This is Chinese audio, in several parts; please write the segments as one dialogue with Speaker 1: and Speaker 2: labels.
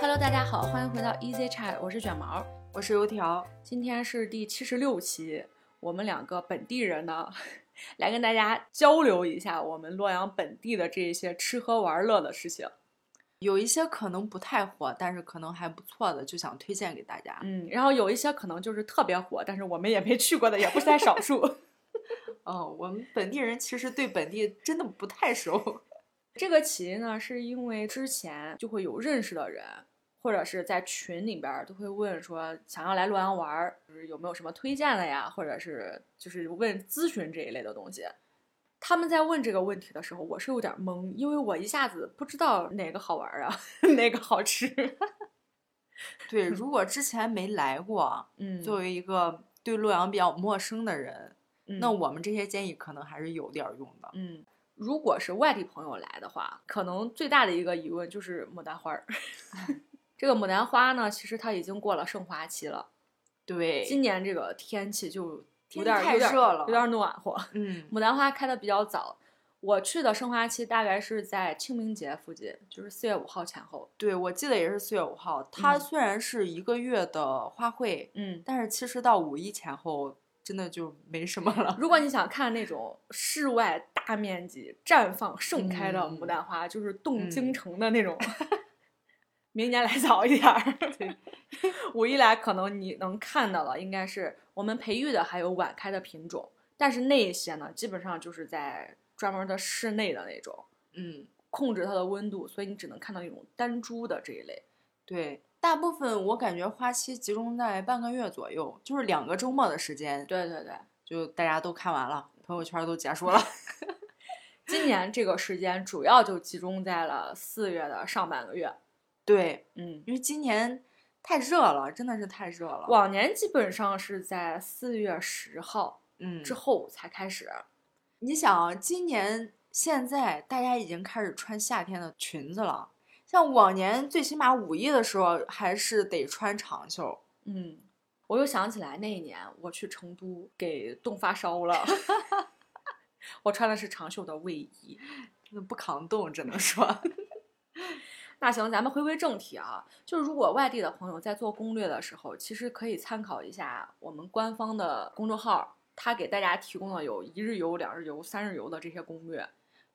Speaker 1: Hello，大家好，欢迎回到 Easy Chat，我是卷毛，
Speaker 2: 我是油条。
Speaker 1: 今天是第七十六期，我们两个本地人呢， 来跟大家交流一下我们洛阳本地的这些吃喝玩乐的事情。
Speaker 2: 有一些可能不太火，但是可能还不错的，就想推荐给大家。
Speaker 1: 嗯，然后有一些可能就是特别火，但是我们也没去过的，也不在少数。
Speaker 2: 哦，我们本地人其实对本地真的不太熟。
Speaker 1: 这个起因呢，是因为之前就会有认识的人，或者是在群里边儿都会问说，想要来洛阳玩儿，就是有没有什么推荐的呀，或者是就是问咨询这一类的东西。他们在问这个问题的时候，我是有点懵，因为我一下子不知道哪个好玩儿啊， 哪个好吃。
Speaker 2: 对，如果之前没来过，
Speaker 1: 嗯，
Speaker 2: 作为一个对洛阳比较陌生的人，
Speaker 1: 嗯
Speaker 2: 那我们这些建议可能还是有点儿用的。
Speaker 1: 嗯，如果是外地朋友来的话，可能最大的一个疑问就是牡丹花儿。 这个牡丹花呢，其实它已经过了盛花期了。
Speaker 2: 对，
Speaker 1: 今年这个天气就有
Speaker 2: 天气
Speaker 1: 点儿
Speaker 2: 太
Speaker 1: 有点儿
Speaker 2: 热了
Speaker 1: 有点儿暖和。
Speaker 2: 嗯，
Speaker 1: 牡丹花开的比较早，我去的盛花期大概是在清明节附近，就是四月五号前后。
Speaker 2: 对，我记得也是四月五号。它
Speaker 1: 嗯
Speaker 2: 虽然是一个月的花卉，
Speaker 1: 嗯，
Speaker 2: 但是其实到五一前后真的就没什么了。
Speaker 1: 如果你想看那种室外大面积绽放盛开的牡丹花，就是动京城的那种。 明年来早一点 儿，五一来可能你能看到的应该是我们培育的还有晚开的品种，但是那一些呢，基本上就是在专门的室内的那种。
Speaker 2: 嗯，
Speaker 1: 控制它的温度，所以你只能看到那种单株的这一类。
Speaker 2: 对，大部分我感觉花期集中在半个月左右，就是两个周末的时间，
Speaker 1: 对对对，
Speaker 2: 就大家都看完了，朋友圈都结束了。
Speaker 1: 今年这个时间主要就集中在了四月的上半个月。
Speaker 2: 对，
Speaker 1: 嗯，
Speaker 2: 因为今年太热了，真的是太热了。，
Speaker 1: 往年基本上是在四月十号
Speaker 2: 嗯，
Speaker 1: 之后才开始。
Speaker 2: 你想，今年现在大家已经开始穿夏天的裙子了，像往年最起码五一的时候还是得穿长袖。
Speaker 1: 嗯，我又想起来那一年我去成都给冻发烧了，我穿的是长袖的卫衣。
Speaker 2: 真的不抗冻，只能说，
Speaker 1: 那行，咱们回归正题啊，就是如果外地的朋友在做攻略的时候，其实可以参考一下我们官方的公众号，它给大家提供了有一日游、两日游、三日游的这些攻略。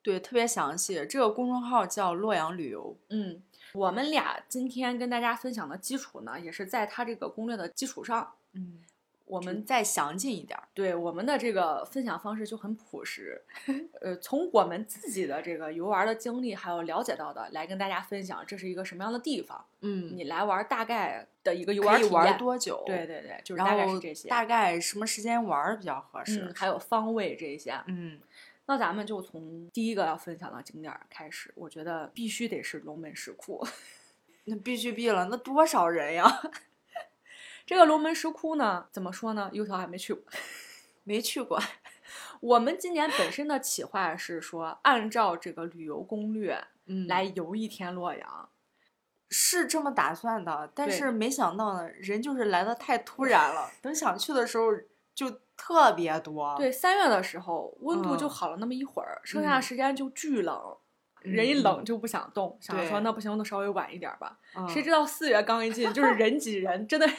Speaker 2: 对，特别详细。这个公众号叫洛阳旅游，
Speaker 1: 嗯，我们俩今天跟大家分享的基础呢，也是在它这个攻略的基础上，
Speaker 2: 嗯，
Speaker 1: 我
Speaker 2: 我们
Speaker 1: 们
Speaker 2: 再详尽一点儿。
Speaker 1: 对我们的这个分享方式就很朴实， 呃，从我们自己的这个游玩的经历，还有了解到的，来跟大家分享这是一个什么样的地方，
Speaker 2: 嗯，
Speaker 1: 你来玩大概的一个游
Speaker 2: 可
Speaker 1: 玩
Speaker 2: 以
Speaker 1: 体验
Speaker 2: 玩多久？
Speaker 1: 对，对对，就是
Speaker 2: 然
Speaker 1: 大概
Speaker 2: 后
Speaker 1: 是这些，
Speaker 2: 大概什么时间玩儿比较合
Speaker 1: 嗯
Speaker 2: 适？，
Speaker 1: 还有方位这一些。啊
Speaker 2: 嗯，
Speaker 1: 那咱们就从第一个要分享的景点儿开始，我觉得必须得是龙门石窟。
Speaker 2: 那必须必了，那多少人呀？
Speaker 1: 这个龙门石窟呢，怎么说呢？油条还没去过。
Speaker 2: 没去过，
Speaker 1: 我们今年本身的企划是说，按照这个旅游攻略
Speaker 2: 嗯
Speaker 1: 来
Speaker 2: 来
Speaker 1: 游一天洛阳。
Speaker 2: 是这么打算的，但
Speaker 1: 对
Speaker 2: 是没想到呢，人就是来的太突然了。等想去的时候就特别多，
Speaker 1: 对，三月的时候温度就
Speaker 2: 嗯
Speaker 1: 好了那么一会儿，剩下的
Speaker 2: 嗯
Speaker 1: 时间就巨冷，
Speaker 2: 嗯，
Speaker 1: 人一冷就不想动，想
Speaker 2: 对
Speaker 1: 说那不行，那稍微晚一点儿吧。
Speaker 2: 嗯，
Speaker 1: 谁知道四月刚一进，就是人挤人， 真的是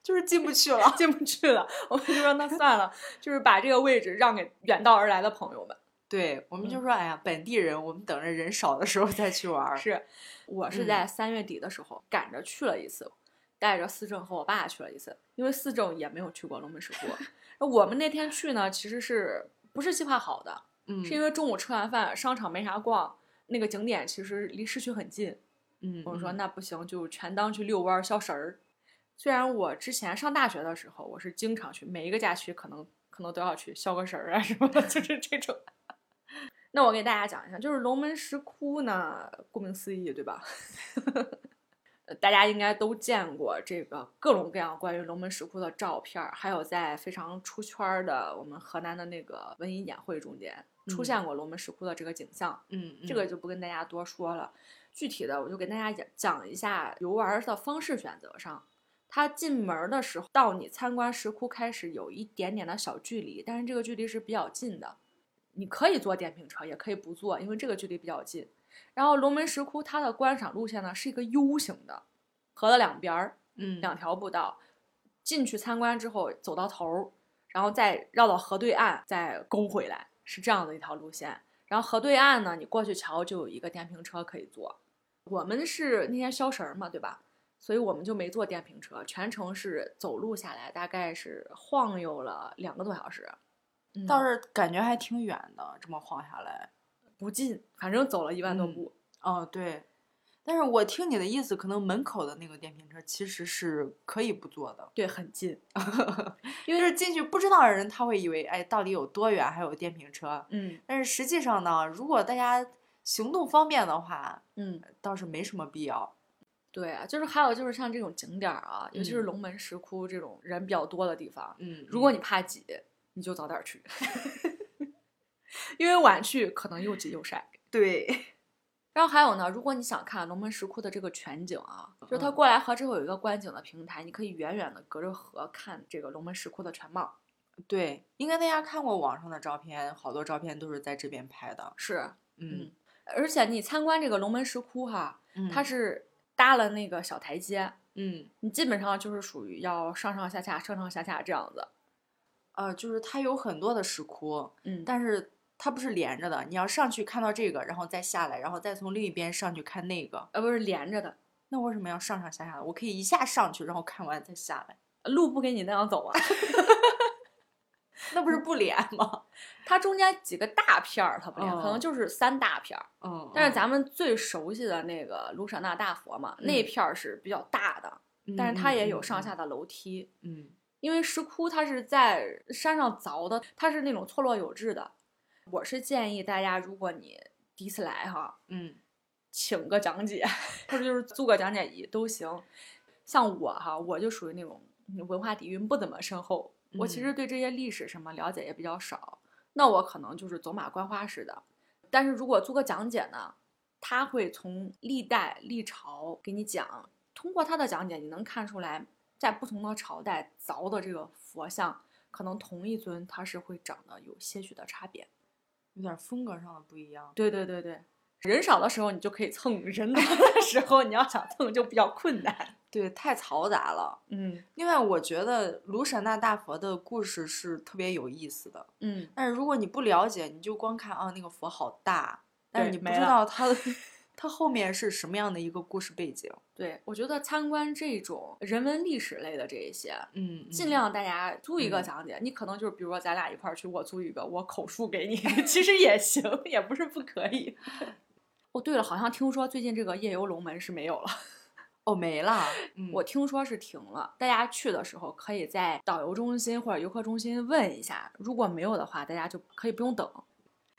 Speaker 2: 就是进不 去了。
Speaker 1: 进不去了，我们就说那算了，就是把这个位置让给远道而来的朋友们。
Speaker 2: 对，我们就
Speaker 1: 嗯
Speaker 2: 说，哎呀，本地人，我们等着人少的时候再去玩儿。
Speaker 1: 是，我是
Speaker 2: 嗯
Speaker 1: 在三月底的时候赶着去了一次，带着思政和我爸去了一次，因为思政也没有去过龙门石窟。那 我们那天去呢，其实是不是计划好的？
Speaker 2: 嗯，
Speaker 1: 是因为中午吃完饭，商场没啥逛，那个景点其实离市区很近，
Speaker 2: 嗯，
Speaker 1: 我说
Speaker 2: 嗯
Speaker 1: 那不行，就全当去遛弯儿消食儿。虽然我之前上大学的时候，我是经常去，每一个假期可能可能都要去消个食儿啊什么的， 就是这种。那我给大家讲一下，就是龙门石窟呢，顾名思义，对吧？ 呃大家应该都见过这个各种各样关于龙门石窟的照片儿，还有在非常出圈儿的我们河南的那个文艺年会中间出
Speaker 2: 嗯
Speaker 1: 现过龙门石窟的这个景象。
Speaker 2: 嗯，
Speaker 1: 这个
Speaker 2: 嗯
Speaker 1: 就不跟大家多说了。具体的，我就给大家讲讲一下游玩儿的方式选择上。它进门儿的时候，到你参观石窟开始有一点点的小距离，但是这个距离是比较近的。你可以坐电瓶车，也可以不坐，因为这个距离比较近。然后龙门石窟它的观赏路线呢是一个 U 型的，河的两边儿，
Speaker 2: 嗯，
Speaker 1: 两条步道，进去参观之后走到头儿，然后再绕到河对岸，再勾回来，是这样的一条路线。然后河对岸呢，你过去桥就有一个电瓶车可以坐。我们是那天消食儿嘛，对吧？所以我们就没坐电瓶车，全程是走路下来，大概是晃悠了两个多小时。嗯
Speaker 2: 倒是感觉还挺远的，这么晃下来。
Speaker 1: 不近，反正走了一万多
Speaker 2: 嗯
Speaker 1: 步。
Speaker 2: 哦，对。但是我听你的意思，可能门口的那个电瓶车其实是可以不坐的，
Speaker 1: 对，很近。
Speaker 2: 因为是进去不知道的人，他会以为哎，到底有多远还有电瓶车？
Speaker 1: 嗯
Speaker 2: 但是实际上呢，如果大家行动方便的话，
Speaker 1: 嗯，
Speaker 2: 倒是没什么必要。
Speaker 1: 对啊，就是还有就是像这种景点儿啊，尤其是
Speaker 2: 嗯
Speaker 1: 龙门石窟这种人比较多的地方，
Speaker 2: 嗯，
Speaker 1: 如果
Speaker 2: 嗯
Speaker 1: 你怕挤，你就早点儿去， 因为晚去可能又挤又晒。
Speaker 2: 对，
Speaker 1: 然后还有呢，如果你想看龙门石窟的这个全景啊，就是它
Speaker 2: 嗯
Speaker 1: 过来河之后有一个观景的平台，你可以远远的隔着河看这个龙门石窟的全貌。
Speaker 2: 对，应该大家看过网上的照片，好多照片都是在这边拍的。
Speaker 1: 是，
Speaker 2: 嗯，
Speaker 1: 而且你参观这个龙门石窟哈，
Speaker 2: 嗯
Speaker 1: 它是搭了那个小台阶，
Speaker 2: 嗯
Speaker 1: 你基本上就是属于要上上下下、上上下下这样子。
Speaker 2: 呃，就是它有很多的石窟，
Speaker 1: 嗯，
Speaker 2: 但是它不是连着的，你要上去看到这个，然后再下来，然后再从另一边上去看那个。
Speaker 1: 呃不是连着的，
Speaker 2: 那为什么要上上下下的？我可以一下上去，然后看完再下来，
Speaker 1: 路不给你那样走啊。
Speaker 2: 那不是不连吗？
Speaker 1: 它中间几个大片儿，它不连，可
Speaker 2: 哦
Speaker 1: 能就是三大片儿。
Speaker 2: 嗯
Speaker 1: 但是咱们最熟悉的那个卢舍那大佛嘛，那
Speaker 2: 嗯
Speaker 1: 片儿是比较大的，但是它也有上，下的楼梯。
Speaker 2: 嗯
Speaker 1: 因为石窟它是在山上凿的，它是那种错落有致的。我是建议大家，如果你第一次来哈，
Speaker 2: 嗯
Speaker 1: 请个讲解， 或者就是租个讲解仪都行。像我哈，我就属于那种文化底蕴不怎么深厚，我其
Speaker 2: 嗯
Speaker 1: 实对这些历史什么了解也比较少。那我可能就是走马观花式的，但是如果租个讲解呢，他会从历代历朝给你讲，通过他的讲解，你能看出来，在不同的朝代凿的这个佛像，可能同一尊它是会长得有些许的差别。
Speaker 2: 有点风格上的不一样。
Speaker 1: 对对对对，人少的时候你就可以蹭，人多的时候你要想蹭就比较困难。
Speaker 2: 对，太嘈杂了。
Speaker 1: 嗯
Speaker 2: 另外，我觉得卢舍那大佛的故事是特别有意思的。
Speaker 1: 嗯，
Speaker 2: 但是如果你不了解，你就光看啊那个佛好大，但是
Speaker 1: 对
Speaker 2: 你不
Speaker 1: 没
Speaker 2: 知
Speaker 1: 了
Speaker 2: 道它 它后面是什么样的一个故事背景。
Speaker 1: 对，我觉得参观这种人文历史类的这一些，
Speaker 2: 嗯，
Speaker 1: 尽
Speaker 2: 嗯
Speaker 1: 量大家租一个
Speaker 2: 嗯
Speaker 1: 讲解，你可能就是比如说咱俩一块儿去，我租一个，我口述给你，其实也行，也不是不可以。 哦，对了，好像听说最近这个夜游龙门是没有了，
Speaker 2: 哦没了。 嗯
Speaker 1: 我听说是停了。大家去的时候可以在导游中心或者游客中心问一下，如果没有的话，大家就可以不用等。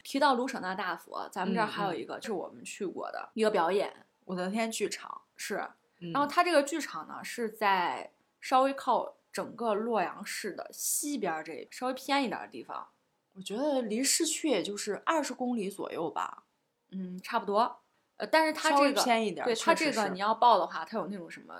Speaker 1: 提到卢舍那大佛，咱们这儿
Speaker 2: 嗯
Speaker 1: 还有
Speaker 2: 嗯
Speaker 1: 一个，就是我们去过的一个表演，
Speaker 2: 武则天剧场，
Speaker 1: 是
Speaker 2: 然
Speaker 1: 然后它这个剧场呢是在稍微靠整个洛阳市的西边儿这稍微偏一点儿的地方，
Speaker 2: 我觉得离市区也就是二十公里左右吧，
Speaker 1: 嗯，差不多。呃，但是它
Speaker 2: 稍微
Speaker 1: 这个
Speaker 2: 偏一点儿。
Speaker 1: 对
Speaker 2: 确
Speaker 1: 它
Speaker 2: 实
Speaker 1: 这个
Speaker 2: 是
Speaker 1: 你要报的话，它有那种什么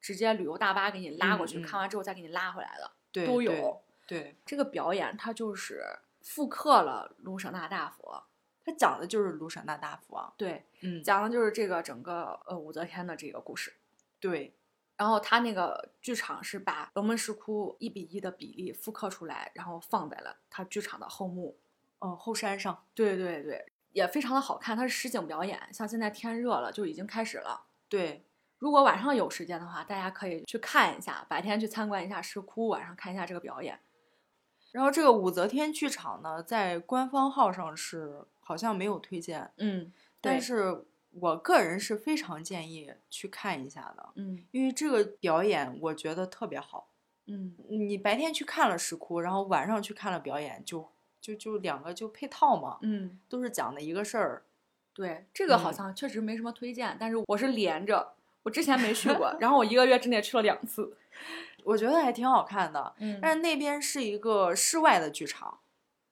Speaker 1: 直接旅游大巴给你拉过去，
Speaker 2: 嗯嗯
Speaker 1: 看完之后再给你拉回来的
Speaker 2: 对
Speaker 1: 都
Speaker 2: 对
Speaker 1: 有。
Speaker 2: 对，
Speaker 1: 这个表演它就是复刻了卢舍那大佛，
Speaker 2: 它讲的就是卢舍那大佛。
Speaker 1: 对，
Speaker 2: 嗯，
Speaker 1: 讲的就是这个整个呃武则天的这个故事。
Speaker 2: 对，
Speaker 1: 然后他那个剧场是把龙门石窟一比一的比例复刻出来，然后放在了他剧场的后幕。
Speaker 2: 哦，后山上。
Speaker 1: 对对对，也非常的好看。它是实景表演，像现在天热了就已经开始了。
Speaker 2: 对，
Speaker 1: 如果晚上有时间的话，大家可以去看一下，白天去参观一下石窟，晚上看一下这个表演。
Speaker 2: 然后这个武则天剧场呢，在官方号上是好像没有推荐，
Speaker 1: 嗯，对
Speaker 2: 但是我个人是非常建议去看一下的，
Speaker 1: 嗯
Speaker 2: 因为这个表演我觉得特别好。
Speaker 1: 嗯，
Speaker 2: 你白天去看了石窟，然后晚上去看了表演，就就就两个就配套嘛，
Speaker 1: 嗯，
Speaker 2: 都是讲的一个事儿。
Speaker 1: 对，这个好
Speaker 2: 嗯
Speaker 1: 像确实没什么推荐，但是我是连着，我之前没去过，然后我一个月之内去了两次。
Speaker 2: 我觉得还挺好看的。
Speaker 1: 嗯
Speaker 2: 但
Speaker 1: 但是
Speaker 2: 是那边是一个室外的剧场，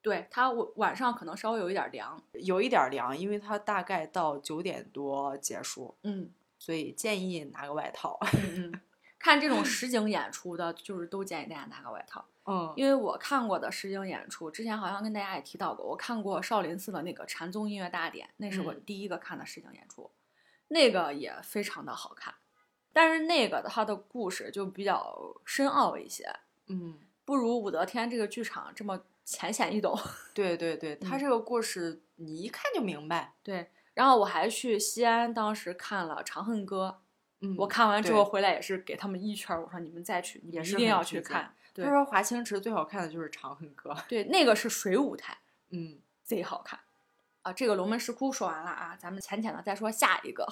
Speaker 1: 对它晚晚上可能稍微有一点凉。
Speaker 2: 有一点儿凉，因为它大概到九点多结束，
Speaker 1: 嗯。
Speaker 2: 所以建议拿个外套。
Speaker 1: 嗯，嗯，看这种实景演出的，就是都建议大家拿个外套，
Speaker 2: 嗯
Speaker 1: 因为我看过的实景演出，之前好像跟大家也提到过，我看过少林寺的那个禅宗音乐大典，那是我
Speaker 2: 嗯
Speaker 1: 第一个看的实景演出，那个也非常的好看。但是那个它的故事就比较深奥一些，
Speaker 2: 嗯，
Speaker 1: 不如武则天这个剧场这么浅显易懂。
Speaker 2: 对对对，他
Speaker 1: 嗯
Speaker 2: 这个故事你一看就明白。
Speaker 1: 对，然后我还去西安，当时看了《长恨歌》，
Speaker 2: 嗯，
Speaker 1: 我看完之
Speaker 2: 对
Speaker 1: 后回来也是给他们一圈儿，我说你们再去，你
Speaker 2: 也
Speaker 1: 们一
Speaker 2: 是
Speaker 1: 定
Speaker 2: 很
Speaker 1: 要
Speaker 2: 推
Speaker 1: 去
Speaker 2: 荐
Speaker 1: 看。对
Speaker 2: 他说华清池最好看的就是《长恨歌》。
Speaker 1: 对，那个是水舞台，
Speaker 2: 嗯，
Speaker 1: 贼好看啊！这个龙门石窟说完了啊，咱们浅浅的再说下一个。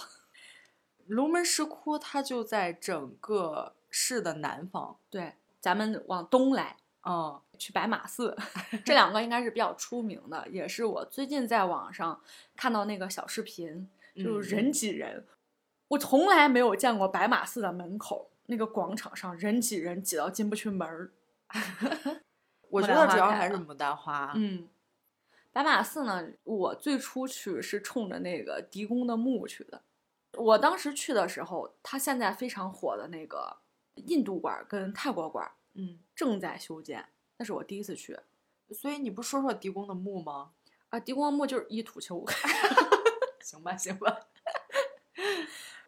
Speaker 2: 龙门石窟它就在整个市的南方。
Speaker 1: 对，咱们往东来。
Speaker 2: 嗯
Speaker 1: 去白马寺，这两个应该是比较出名的，也是我最近在网上看到那个小视频，
Speaker 2: 嗯
Speaker 1: 就是人挤人。我从来没有见过白马寺的门口那个广场上人挤人，挤到进不去门儿。
Speaker 2: 我
Speaker 1: 牡
Speaker 2: 觉
Speaker 1: 丹
Speaker 2: 得
Speaker 1: 花
Speaker 2: 主要
Speaker 1: 开
Speaker 2: 还是
Speaker 1: 了
Speaker 2: 牡丹花。
Speaker 1: 嗯，白马寺呢，我最初去是冲着那个狄公的墓去的。我当时去的时候，他现在非常火的那个印度馆儿跟泰国馆儿
Speaker 2: 嗯，
Speaker 1: 正在修建，那是我第一次去
Speaker 2: 所以你不说说狄公的墓吗？
Speaker 1: 啊。狄公的墓就是一土丘。
Speaker 2: 行吧，行吧。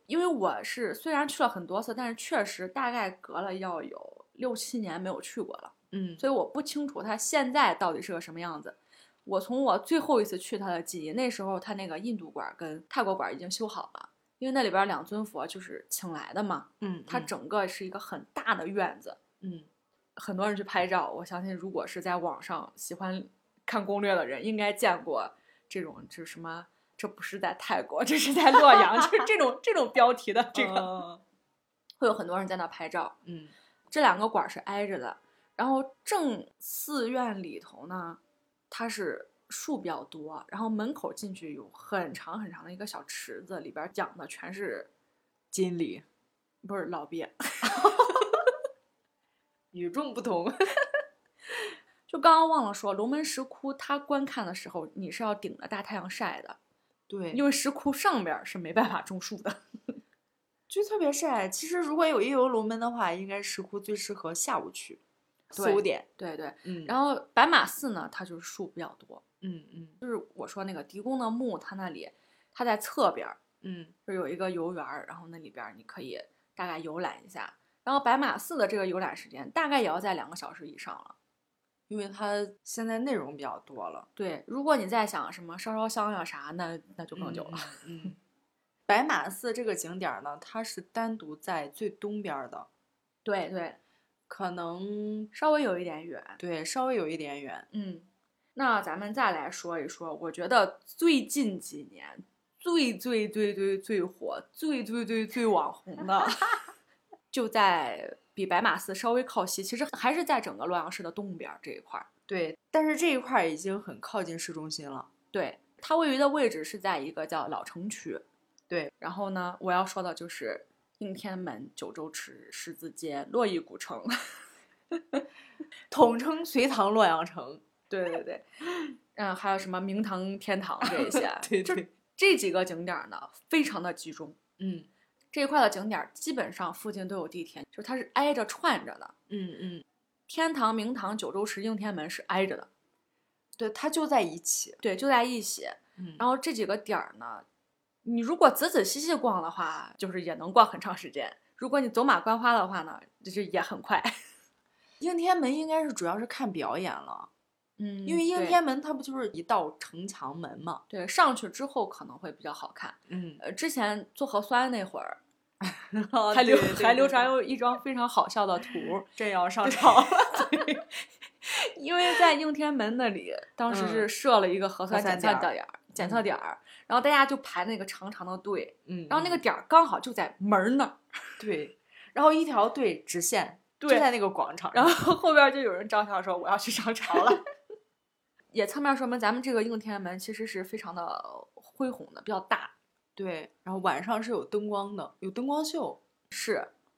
Speaker 1: 因为我是虽然去了很多次，但是确实大概隔了要有六七年没有去过了，
Speaker 2: 嗯，
Speaker 1: 所以我不清楚它现在到底是个什么样子。我从我最后一次去它的记忆，那时候它那个印度馆儿跟泰国馆儿已经修好了，因为那里边儿两尊佛就是请来的嘛，
Speaker 2: 嗯，
Speaker 1: 它
Speaker 2: 嗯
Speaker 1: 整个是一个很大的院子，
Speaker 2: 嗯
Speaker 1: 很多人去拍照。我相信，如果是在网上喜欢看攻略的人，应该见过这种就是什么。这不是在泰国，这是在洛阳，就是这种这种标题的这个，
Speaker 2: 嗯
Speaker 1: 会有很多人在那拍照。
Speaker 2: 嗯
Speaker 1: 这两个馆儿是挨着的，然后正寺院里头呢，它是树比较多，然后门口进去有很长很长的一个小池子，里边儿养的全是
Speaker 2: 锦鲤
Speaker 1: 不是老鳖，
Speaker 2: 与众不同。
Speaker 1: 就刚刚忘了说，龙门石窟它观看的时候，你是要顶着大太阳晒的，
Speaker 2: 对，
Speaker 1: 因为石窟上边儿是没办法种树的。
Speaker 2: 就特别晒。其实如果有一游龙门的话，应该石窟最适合下午去，四五
Speaker 1: 对
Speaker 2: 点。
Speaker 1: 对对，
Speaker 2: 嗯然
Speaker 1: 然
Speaker 2: 后
Speaker 1: 后白马寺呢，它就是树比较多，
Speaker 2: 嗯嗯
Speaker 1: 就是我说那个狄公的墓，它那里它在侧边儿，
Speaker 2: 嗯
Speaker 1: 就有一个游园儿，然后那里边儿你可以大概游览一下。然后白马寺的这个游览时间大概也要在两个小时以上了。
Speaker 2: 因为它现在内容比较多了，
Speaker 1: 对，如果你再想什么烧烧香呀啥，那那就更久了。。
Speaker 2: 嗯。嗯白马寺这个景点儿呢，它是单独在最东边儿的，
Speaker 1: 对对，
Speaker 2: 可能
Speaker 1: 稍微有一点远。
Speaker 2: 对稍微有一点远。
Speaker 1: 嗯，那咱们再来说一说，我觉得最近几年最最最最最火、最最最最网
Speaker 2: 嗯
Speaker 1: 红 的，就在比白马寺稍微靠西，其实还是在整个洛阳市的东边儿这一块儿。
Speaker 2: 对，但是这一块儿已经很靠近市中心了。
Speaker 1: 对，它位于的位置是在一个叫老城区。
Speaker 2: 对，
Speaker 1: 然后呢，我要说的就是应天门、九州池、十字街、洛邑古城。
Speaker 2: 统称隋唐洛阳城。，
Speaker 1: 对对对，嗯，还有什么明堂、天堂这一些
Speaker 2: 对
Speaker 1: 这
Speaker 2: 对，
Speaker 1: 这几个景点儿呢，非常的集中。
Speaker 2: 嗯
Speaker 1: 这一块的景点儿基本上附近都有地铁，就是它是挨着串着的。
Speaker 2: 嗯嗯，
Speaker 1: 天堂、明堂、九州池、应天门是挨着的，
Speaker 2: 对，它就在一起。
Speaker 1: 对，就在一起。
Speaker 2: 嗯
Speaker 1: 然后这几个点儿呢，你如果仔仔细细逛的话，就是也能逛很长时间；如果你走马观花的话呢，就是也很快。
Speaker 2: 应天门应该是主要是看表演了，
Speaker 1: 嗯
Speaker 2: 因为应天门它不就是一道城墙门嘛。
Speaker 1: 对对上去之后可能会比较好看。
Speaker 2: 嗯，
Speaker 1: 呃，之前做核酸那会儿，还
Speaker 2: 还
Speaker 1: 流
Speaker 2: 流
Speaker 1: 还
Speaker 2: 还
Speaker 1: 流
Speaker 2: 流
Speaker 1: 传
Speaker 2: 传
Speaker 1: 有一张非常好笑的 图，
Speaker 2: 正要上场 了。
Speaker 1: 因为在应天门那里，当时是设了一个嗯核酸
Speaker 2: 核
Speaker 1: 检
Speaker 2: 酸
Speaker 1: 测嗯
Speaker 2: 点儿
Speaker 1: 点儿，检测点儿，然后大家就排那个长长的队，
Speaker 2: 嗯，
Speaker 1: 然后那个点儿刚好就在门儿那儿，
Speaker 2: 对，然后一条队直线就
Speaker 1: 对
Speaker 2: 在那个广场，
Speaker 1: 然后后边就有人张笑说我要去上朝了， 也侧面说明咱们这个应天门其实是非常的恢宏的，比较大。
Speaker 2: 对，然后晚上是有灯光的，有灯光秀。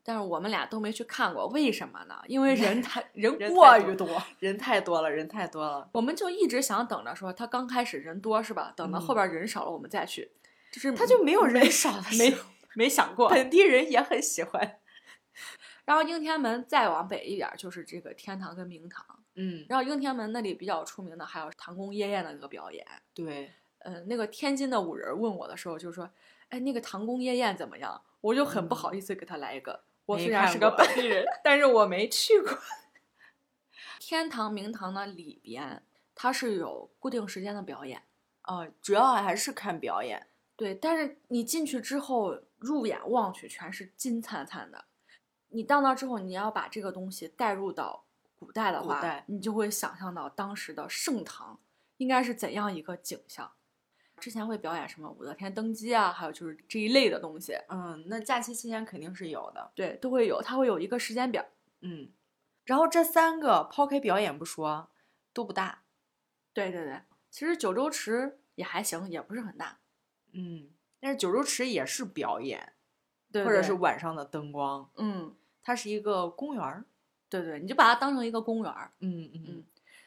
Speaker 1: 但是我们俩都没去看过，为什么呢？因为人太人
Speaker 2: 人太
Speaker 1: 过于
Speaker 2: 多
Speaker 1: 多，
Speaker 2: 人太多了，人太多了。
Speaker 1: 我们就一直想等着说他刚开始人多是吧？等到后
Speaker 2: 嗯
Speaker 1: 边人少了我们再去，就是
Speaker 2: 他就没有人少的
Speaker 1: 没
Speaker 2: 时候，
Speaker 1: 没想过。
Speaker 2: 本地人也很喜欢。
Speaker 1: 然后应天门再往北一点儿就是这个天堂跟明堂，
Speaker 2: 嗯，
Speaker 1: 然后应天门那里比较出名的还有唐宫夜宴的那个表演，
Speaker 2: 对，
Speaker 1: 呃，那个天津的五人问我的时候，就说：“哎，那个唐宫夜宴怎么样？”我就很不好意思给他来一个。我
Speaker 2: 嗯没
Speaker 1: 虽然
Speaker 2: 看
Speaker 1: 是个
Speaker 2: 过
Speaker 1: 本地 人，但是我没去过。 天堂名堂的里边，它是有固定时间的表演，
Speaker 2: 哦，主要还是看表演。
Speaker 1: 对。但是你进去之后，入眼望去全是金灿灿的。你到那之后，你要把这个东西带入到古代的
Speaker 2: 古
Speaker 1: 话，
Speaker 2: 代
Speaker 1: 你就会想象到当时的盛唐应该是怎样一个景象。之前会表演什么武则天登基啊，还有就是这一类的东西，
Speaker 2: 嗯，那假期期间肯定是有的。
Speaker 1: 对，都会有，它会有一个时间表。
Speaker 2: 嗯，然后这三个抛开表演不说，都不大。
Speaker 1: 对对对，其实九州池也还行，也不是很大，
Speaker 2: 嗯，但是九州池也是表演，
Speaker 1: 对
Speaker 2: 或者
Speaker 1: 对
Speaker 2: 是晚上的灯光，
Speaker 1: 嗯，
Speaker 2: 它是一个公园儿。
Speaker 1: 对对，你就把它当成一个公园儿。
Speaker 2: 嗯嗯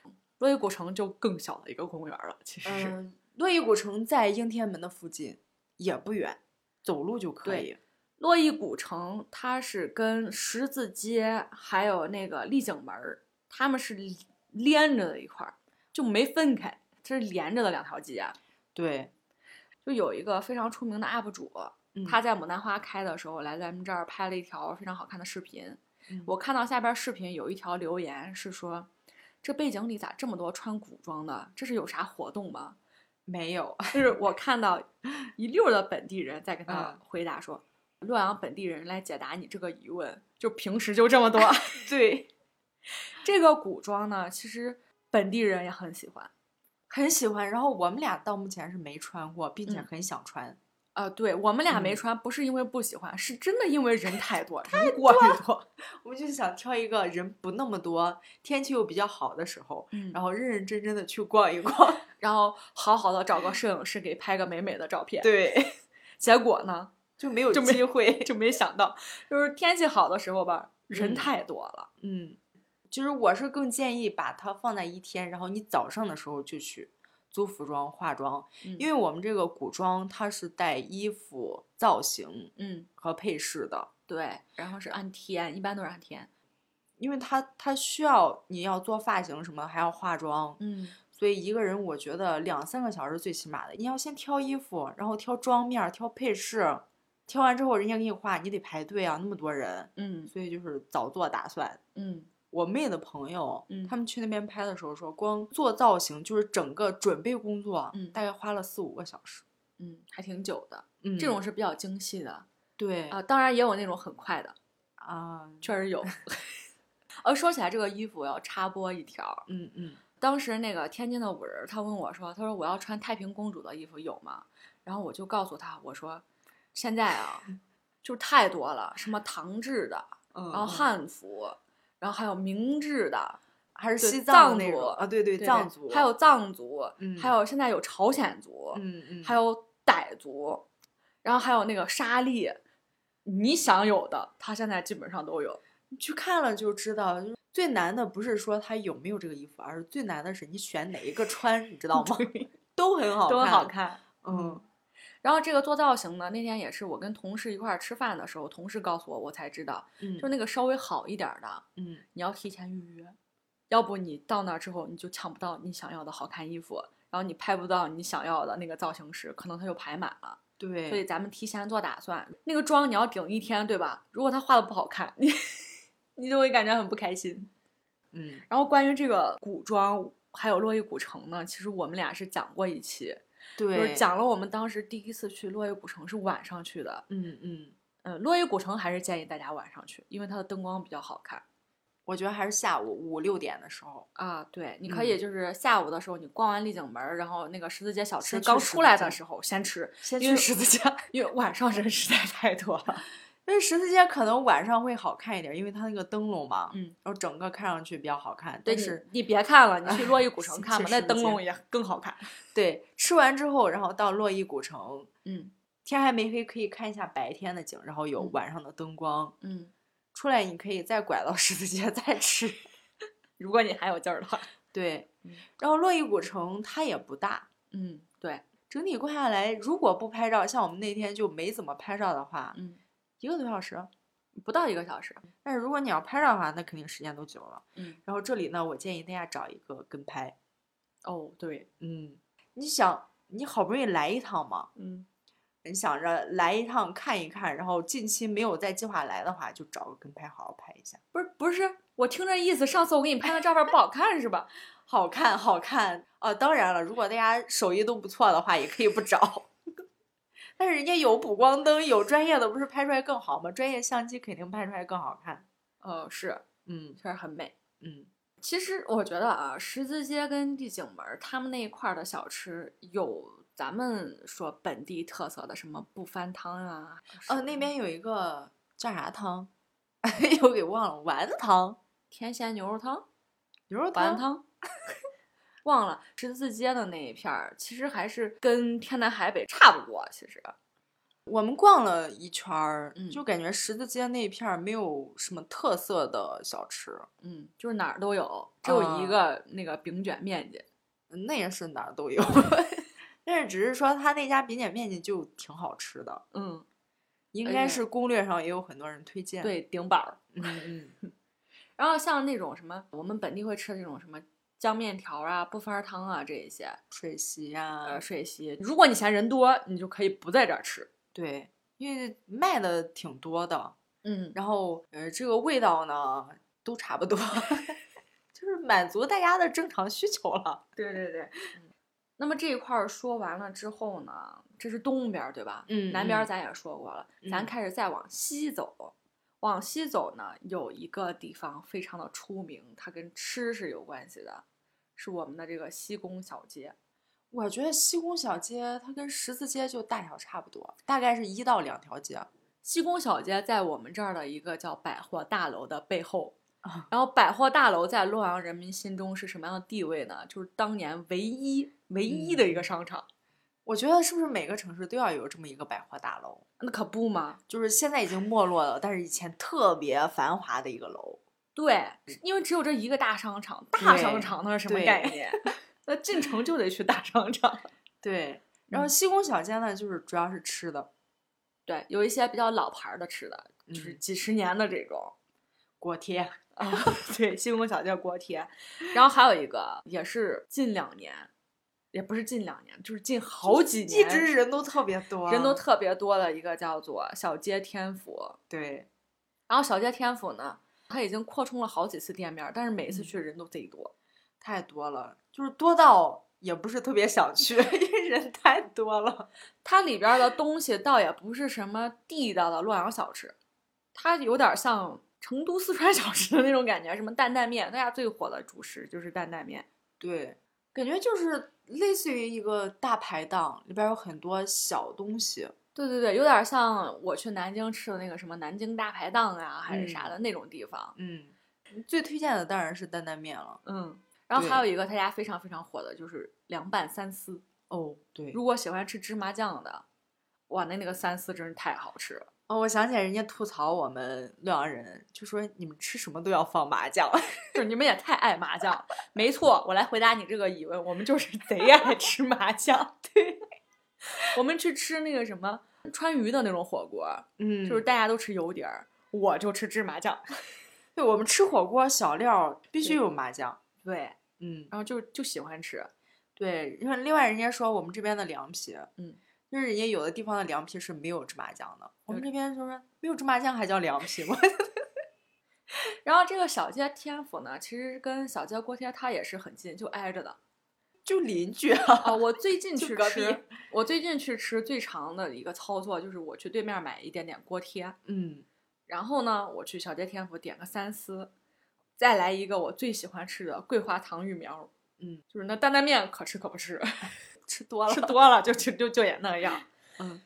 Speaker 1: 嗯洛伊古城就更小的一个公园儿了，其实是。
Speaker 2: 嗯，洛邑古城在应天门的附近，也不远，走路就可
Speaker 1: 对
Speaker 2: 以。
Speaker 1: 洛伊古城它是跟十字街还有那个丽景门儿，它们是连着的一块儿，就没分开，它是连着的两条街。啊
Speaker 2: 对，
Speaker 1: 就有一个非常出名的 UP 主，
Speaker 2: 嗯
Speaker 1: 他在牡丹花开的时候来咱们这儿拍了一条非常好看的视频。
Speaker 2: 嗯
Speaker 1: 我看到下边视频有一条留言是说，这背景里咋这么多穿古装的？这是有啥活动吗？
Speaker 2: 没有。
Speaker 1: 就是我看到一溜儿的本地人在跟他
Speaker 2: 嗯
Speaker 1: 回答说，洛阳本地人来解答你这个疑问，就平时就这 么多。
Speaker 2: 对，
Speaker 1: 这个古装呢，其实本地人也很喜欢。
Speaker 2: 很喜欢。然后我们俩到目前是没穿过，并且
Speaker 1: 嗯
Speaker 2: 很想穿。
Speaker 1: 啊，对我们俩没
Speaker 2: 嗯
Speaker 1: 穿，不是因为不喜欢，是真的因为人太多， 人过于多。
Speaker 2: 我们就想挑一个人不那么多、天气又比较好的时候，
Speaker 1: 嗯
Speaker 2: 然后认认真真的去逛一逛。
Speaker 1: 然后好好的找个摄影师给拍个美美的照片。，
Speaker 2: 对，
Speaker 1: 结果呢
Speaker 2: 就没有
Speaker 1: 就没
Speaker 2: 机会。
Speaker 1: 就没想到，就是天气好的时候吧，
Speaker 2: 嗯
Speaker 1: 人太多了。
Speaker 2: 嗯，就是我是更建议把它放在一天，然后你早上的时候就去租服装、化妆，
Speaker 1: 嗯
Speaker 2: 因为我们这个古装它是带衣服、造型
Speaker 1: 嗯，
Speaker 2: 和配饰的，
Speaker 1: 对，然后是按天，一般都是按天。
Speaker 2: 因为它它需要你要做发型什么，还要化妆，
Speaker 1: 嗯，
Speaker 2: 所以一个人我觉得两三个小时最起码的，你要先挑衣服，然后挑妆面儿、挑配饰，挑完之后人家给你画，你得排队啊，那么多人，
Speaker 1: 嗯
Speaker 2: 所以就是早做打算。
Speaker 1: 嗯
Speaker 2: 我妹的朋友，
Speaker 1: 嗯
Speaker 2: 他们去那边拍的时候说，光做造型就是整个准备工作，
Speaker 1: 嗯
Speaker 2: 大概花了四五个小时。
Speaker 1: 嗯，还挺久的，
Speaker 2: 嗯，
Speaker 1: 这种是比较精细的啊、
Speaker 2: 对
Speaker 1: 当然也有那种很快的，
Speaker 2: 啊，
Speaker 1: 确实有。 呃，说起来这个衣服，我要插播一条。
Speaker 2: 嗯嗯
Speaker 1: 当时那个天津的五仁儿，他问我说：“他说我要穿太平公主的衣服有吗？”然后我就告诉他，我说：“现在啊，就是太多了，什么唐制的，
Speaker 2: 嗯，
Speaker 1: 然后汉服，然后还有明制的，
Speaker 2: 还是
Speaker 1: 对
Speaker 2: 西
Speaker 1: 藏
Speaker 2: 藏那
Speaker 1: 族
Speaker 2: 种啊，对对，
Speaker 1: 对
Speaker 2: 藏
Speaker 1: 对
Speaker 2: 族，
Speaker 1: 还有藏族，
Speaker 2: 嗯
Speaker 1: 还有现在有朝鲜族，
Speaker 2: 嗯嗯，
Speaker 1: 还有傣族，然后还有那个沙粒，你想有的，他现在基本上都有。
Speaker 2: 你去看了就知道，就是最难的不是说他有没有这个衣服，而是最难的是你选哪一个穿，你知道吗？ 都很好看，
Speaker 1: 都很好，看。
Speaker 2: 嗯
Speaker 1: 然后这个做造型呢，那天也是我跟同事一块儿吃饭的时候，同事告诉我，我才知道，
Speaker 2: 嗯，
Speaker 1: 就那个稍微好一点儿的，
Speaker 2: 嗯
Speaker 1: 你要提前预约，要不你到那儿之后你就抢不到你想要的好看衣服，然后你拍不到你想要的那个造型师，可能他就排满了。
Speaker 2: 嗯对，
Speaker 1: 所以咱们提前做打算，那个妆你要顶一天，对吧？如果他画的不好看，你 你就会感觉很不开心。
Speaker 2: 嗯
Speaker 1: 然后关于这个古装还有洛邑古城呢，其实我们俩是讲过一期，就
Speaker 2: 对，
Speaker 1: 是讲了我们当时第一次去洛邑古城是晚上去的，
Speaker 2: 嗯嗯，
Speaker 1: 嗯，洛邑古城还是建议大家晚上去，因为它的灯光比较好看
Speaker 2: 我觉得还是下午五六点的时候，
Speaker 1: 啊。对，你可以就是下午的时候，你逛完丽景门儿，然后那个十字街小吃
Speaker 2: 先去
Speaker 1: 刚
Speaker 2: 十
Speaker 1: 出
Speaker 2: 字
Speaker 1: 来
Speaker 2: 街
Speaker 1: 的时候先吃，
Speaker 2: 先
Speaker 1: 因为
Speaker 2: 去十字街，
Speaker 1: 因为晚上人实在太多了。
Speaker 2: 因为十字街可能晚上会好看一点，因为它那个灯笼嘛，
Speaker 1: 嗯，
Speaker 2: 然后整个看上去比较好看。
Speaker 1: 对
Speaker 2: 但
Speaker 1: 你
Speaker 2: 是，
Speaker 1: 你别看了，你去洛邑古 城
Speaker 2: 先
Speaker 1: 看
Speaker 2: 去
Speaker 1: 吧，那
Speaker 2: 十字
Speaker 1: 灯
Speaker 2: 街
Speaker 1: 笼也更好看。
Speaker 2: 对，吃完之后，然后到洛邑古城，
Speaker 1: 嗯
Speaker 2: 天还没黑，可以看一下白天的景，然后有
Speaker 1: 嗯
Speaker 2: 晚上的灯光。
Speaker 1: 嗯，
Speaker 2: 出来你可以再拐到十字街 再吃。
Speaker 1: 如果你还有劲儿的话，
Speaker 2: 对
Speaker 1: 嗯，
Speaker 2: 然后洛邑古城它也不大，
Speaker 1: 嗯，对，
Speaker 2: 整体逛下来，如果不拍照，像我们那天就没怎么拍照的话，
Speaker 1: 嗯，
Speaker 2: 一个多小时。
Speaker 1: 不到一个小时，
Speaker 2: 但是如果你要拍照的话，那肯定时间都久了。
Speaker 1: 嗯，
Speaker 2: 然后这里呢，我建议大家找一个跟拍。
Speaker 1: 哦，对，
Speaker 2: 嗯，你想，你好不容易来一趟嘛，
Speaker 1: 嗯
Speaker 2: 你想着来一趟看一看，然后近期没有再计划来的话，就找个跟拍好好拍一下。
Speaker 1: 不是不是，我听这意思，上次我给你拍的照片不好看是吧？
Speaker 2: 好看，好看啊！当然了，如果大家手艺都不错的话，也可以不找。 但是人家有补光灯，有专业的，不是拍出来更好吗？专业相机肯定拍出来更好看。
Speaker 1: 呃，是，
Speaker 2: 嗯
Speaker 1: 确实很美。
Speaker 2: 嗯，
Speaker 1: 其实我觉得啊，十字街跟丽景门儿他们那一块儿的小吃有咱们说本地特色的，什么不翻汤啊，
Speaker 2: 哦，那边有一个叫啥汤， 又给忘了，丸子汤、
Speaker 1: 甜咸牛肉汤、
Speaker 2: 牛肉
Speaker 1: 丸
Speaker 2: 汤。
Speaker 1: 汤， 忘了十字街的那一片儿，其实还是跟天南海北差不多。其实，
Speaker 2: 我们逛了一圈儿，
Speaker 1: 嗯
Speaker 2: 就感觉十字街那一片儿没有什么特色的小吃，
Speaker 1: 嗯，就是哪儿都有，只有一
Speaker 2: 啊
Speaker 1: 个那个饼卷面筋。
Speaker 2: 嗯那也是哪儿都 有。但是只是说他那家饼卷面筋就挺好吃的，
Speaker 1: 嗯，
Speaker 2: 应
Speaker 1: 而
Speaker 2: 该
Speaker 1: 且
Speaker 2: 是攻略上也有很多人推荐。，
Speaker 1: 对，顶板儿。
Speaker 2: 哎嗯嗯，
Speaker 1: 然后像那种什么，我们本地会吃的那种什么江面条啊、不翻儿汤啊这一些，
Speaker 2: 水席呀、
Speaker 1: 呃，水席。如果你嫌人多，你就可以不在这儿吃。
Speaker 2: 对，因为卖的挺多的，
Speaker 1: 嗯，
Speaker 2: 然后呃，这个味道呢都差不多， 就是满足大家的正常需求了。
Speaker 1: 对对对。嗯那么这一块儿说完了之后呢，这是东边儿对吧？
Speaker 2: 嗯
Speaker 1: 南边儿
Speaker 2: 嗯
Speaker 1: 咱也说过了，咱
Speaker 2: 嗯
Speaker 1: 开始再往西走。往西走呢，有一个地方非常的出名，它跟吃是有关系的，是我们的这个西宫小街。
Speaker 2: 我觉得西宫小街它跟十字街就大小差不多，大概是一到两条街。
Speaker 1: 西宫小街在我们这儿的一个叫百货大楼的背后
Speaker 2: 啊。
Speaker 1: 然后百货大楼在洛阳人民心中是什么样的地位呢？就是当年唯一唯一的一个
Speaker 2: 嗯
Speaker 1: 商场，
Speaker 2: 我觉得是不是每个城市都要有这么一个百货大楼？
Speaker 1: 那可不嘛。
Speaker 2: 就是现在已经没落了，但是以前特别繁华的一个楼。
Speaker 1: 对，因为只有这一个大商场，大商
Speaker 2: 嗯对
Speaker 1: 场那是什么
Speaker 2: 对
Speaker 1: 概念？ 那进城就得去大商场。
Speaker 2: 对，然后
Speaker 1: 嗯
Speaker 2: 西宫小街呢，就是主要是吃的，
Speaker 1: 对，有一些比较老牌儿的吃的，就是
Speaker 2: 嗯
Speaker 1: 几十年的这种。
Speaker 2: 锅贴。
Speaker 1: 啊，对，西宫小街锅贴，然后还有一个也是近两年，也不是近两年，就是近好几
Speaker 2: 一
Speaker 1: 年，
Speaker 2: 直人都特别多，啊
Speaker 1: 人都特别多的一个叫做小街天府。
Speaker 2: 对，
Speaker 1: 然后小街天府呢，它已经扩充了好几次店面儿，但是每一次去人都贼多。
Speaker 2: 太多了，就是多到也不是特别想去，因为人太多了。
Speaker 1: 它里边儿的东西倒也不是什么地道的洛阳小吃，它有点像成都四川 小吃的那种感觉，什么担担面，大家最火的主食就是担担面。
Speaker 2: 对，感觉就是类似于一个大排档，里边有很多小东西。
Speaker 1: 对对对，有点像我去南京吃的那个什么南京大排档啊，还是啥的那种地方。
Speaker 2: 嗯，最推荐的当然是担担面了。
Speaker 1: 嗯，然后还有
Speaker 2: 对
Speaker 1: 一个他家非常非常火的就是凉拌三丝，
Speaker 2: 哦，对
Speaker 1: 如果喜欢吃芝麻酱的，哇，那那个三丝真是太好吃了。
Speaker 2: 哦，我想起来人家吐槽我们洛阳人，就说你们吃什么都要放麻酱。
Speaker 1: 就是你们也太爱麻酱了，没错，我来回答你这个疑问，我们就是 贼爱吃麻酱。对，我们去吃那个什么川渝的那种火锅，
Speaker 2: 嗯
Speaker 1: 就是大家都吃油碟儿，我就吃芝麻酱。
Speaker 2: 对我们吃火锅小料必须
Speaker 1: 对啊
Speaker 2: 有麻酱。
Speaker 1: 对，
Speaker 2: 嗯，
Speaker 1: 然后就就喜欢吃。
Speaker 2: 对，因为另外人家说我们这边的凉皮，
Speaker 1: 嗯，
Speaker 2: 就是人家有的地方的凉皮是没有芝麻酱的，我们
Speaker 1: 对
Speaker 2: 这边就说没有芝麻酱还叫凉皮吗？
Speaker 1: 然后这个小街天府呢，其实跟小街锅贴它也是很近，就挨着的。
Speaker 2: 就邻居啊，
Speaker 1: 啊，我最近
Speaker 2: 就
Speaker 1: 去
Speaker 2: 隔壁
Speaker 1: 吃，我最近去吃最长的一个操作就是我去对面买一点点锅贴，
Speaker 2: 嗯，
Speaker 1: 然后呢，我去小街天府点个三丝，再来一个我最喜欢吃的桂花糖玉苗。
Speaker 2: 嗯，
Speaker 1: 就是那担担面可吃可不吃，
Speaker 2: 吃多了，
Speaker 1: 吃多了就就就就也那 样。
Speaker 2: 嗯，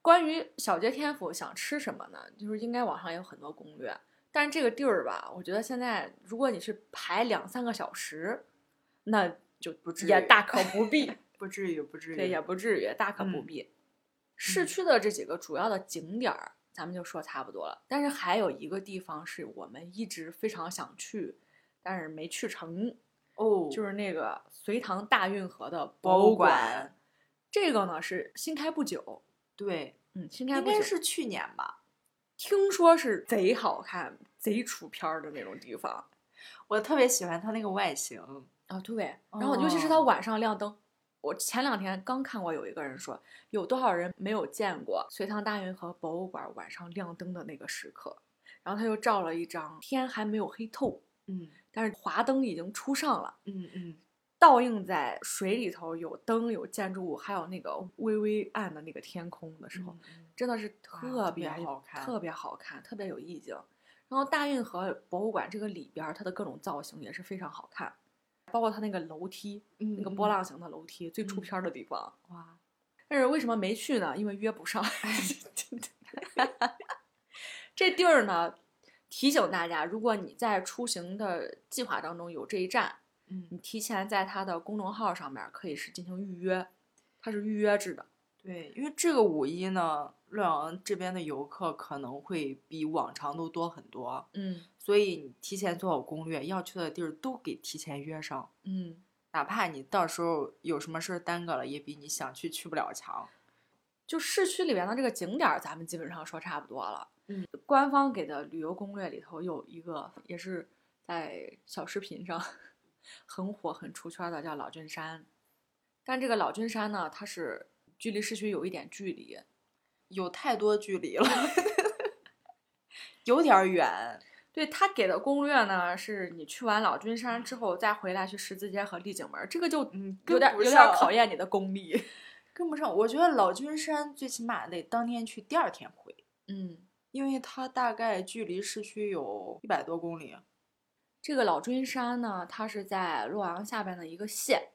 Speaker 1: 关于小街天府想吃什么呢？就是应该网上有很多攻略，但是这个地儿吧，我觉得现在如果你去排两三个小时，那就不
Speaker 2: 至
Speaker 1: 也
Speaker 2: 于
Speaker 1: 大可不必，
Speaker 2: 不至于，不至于，
Speaker 1: 对，也不至于，大可不
Speaker 2: 嗯
Speaker 1: 必。市
Speaker 2: 嗯
Speaker 1: 区的这几个主要的景点儿，咱们就说差不多了。但是还有一个地方是我们一直非常想去，但是没去成，
Speaker 2: 哦，
Speaker 1: 就是是那个隋唐大运河的
Speaker 2: 博
Speaker 1: 物
Speaker 2: 物馆
Speaker 1: 这个呢是新开不久，
Speaker 2: 对，
Speaker 1: 嗯，新开
Speaker 2: 应
Speaker 1: 不久，
Speaker 2: 该是去年吧，
Speaker 1: 听说是贼好看、贼出片儿的那种地方
Speaker 2: 我特别喜欢它那个外形，
Speaker 1: 啊。对，然后尤其是
Speaker 2: 哦
Speaker 1: 它晚上亮灯，我前两天刚看过有一个人说，有多少人没有见过隋唐大运河博物馆晚上亮灯的那个时刻？然后他又照了一张，天还没有黑透，
Speaker 2: 嗯
Speaker 1: 但是华灯已经初上了，
Speaker 2: 嗯嗯，
Speaker 1: 倒映在水里头有灯、有建筑物，还有那个微微暗的那个天空的时候，真的是特
Speaker 2: 嗯特
Speaker 1: 别
Speaker 2: 别好看
Speaker 1: 特别好看，特别有意境。然后大运河博物馆这个里边儿，它的各种造型也是非常好看，包括它那个楼梯，
Speaker 2: 嗯
Speaker 1: 那个波浪形的楼梯，最出
Speaker 2: 嗯
Speaker 1: 片儿的地方。
Speaker 2: 哇，
Speaker 1: 但是为什么没去呢？因为约不上。 这地儿呢，提醒大家，如果你在出行的计划当中有这一站，你
Speaker 2: 嗯
Speaker 1: 提前在它的公众号上面可以是进行预约，它是预约制的。
Speaker 2: 对，因为这个五一呢，洛阳这边的游客可能会比往常都多很多，
Speaker 1: 嗯
Speaker 2: 所以你提前做好攻略，要去的地儿都给提前约上，
Speaker 1: 嗯，
Speaker 2: 哪怕你到时候有什么事儿耽搁了，也比你想去去不了强。
Speaker 1: 就市区里边的这个景点儿，咱们基本上说差不多了。
Speaker 2: 嗯，
Speaker 1: 官方给的旅游攻略里头有一个，也是在小视频上 很火、很出圈的，叫老君山。但这个老君山呢，它是距离市区有一点距离，
Speaker 2: 有太多距离了， 有点儿远。
Speaker 1: 对他给的攻略呢，是你去完老君山之后再回来去十字街和丽景门儿，这个就
Speaker 2: 嗯
Speaker 1: 有
Speaker 2: 跟
Speaker 1: 点
Speaker 2: 不
Speaker 1: 有点
Speaker 2: 上
Speaker 1: 考验你的功力。
Speaker 2: 跟不上。我觉得老君山最起码得当天去，第二天回，
Speaker 1: 嗯，
Speaker 2: 因为它大概距离市区有一百多公里。
Speaker 1: 这个老君山呢，它是在洛阳下边的一个县，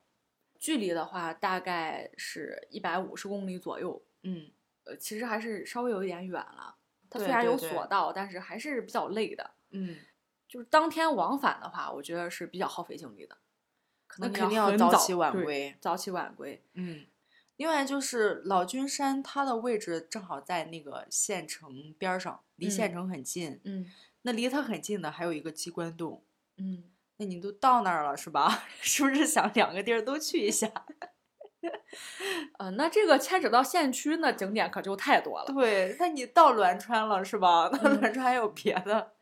Speaker 1: 距离的话大概是一百五十公里左右，
Speaker 2: 嗯，
Speaker 1: 呃，其实还是稍微有一点远了。它虽
Speaker 2: 对
Speaker 1: 然
Speaker 2: 对
Speaker 1: 有
Speaker 2: 对
Speaker 1: 索道，但是还是比较累的。
Speaker 2: 嗯，
Speaker 1: 就是当天往返的话，我觉得是比较耗费精力的，可
Speaker 2: 那
Speaker 1: 能你
Speaker 2: 肯定要
Speaker 1: 很
Speaker 2: 早
Speaker 1: 早
Speaker 2: 起晚
Speaker 1: 对
Speaker 2: 归。
Speaker 1: 早起晚归。
Speaker 2: 嗯，另外就是老君山，它的位置正好在那个县城边儿上，离县
Speaker 1: 嗯
Speaker 2: 城很近。
Speaker 1: 嗯
Speaker 2: 那离它很近的还有一个鸡冠洞。
Speaker 1: 嗯。
Speaker 2: 那你都到那儿了是吧？ 是不是想两个地儿都去一下？
Speaker 1: 呃，那这个牵扯到县区，那景点可就太多了，
Speaker 2: 对，那你到栾川了是吧？那
Speaker 1: 嗯
Speaker 2: 栾川还有别的，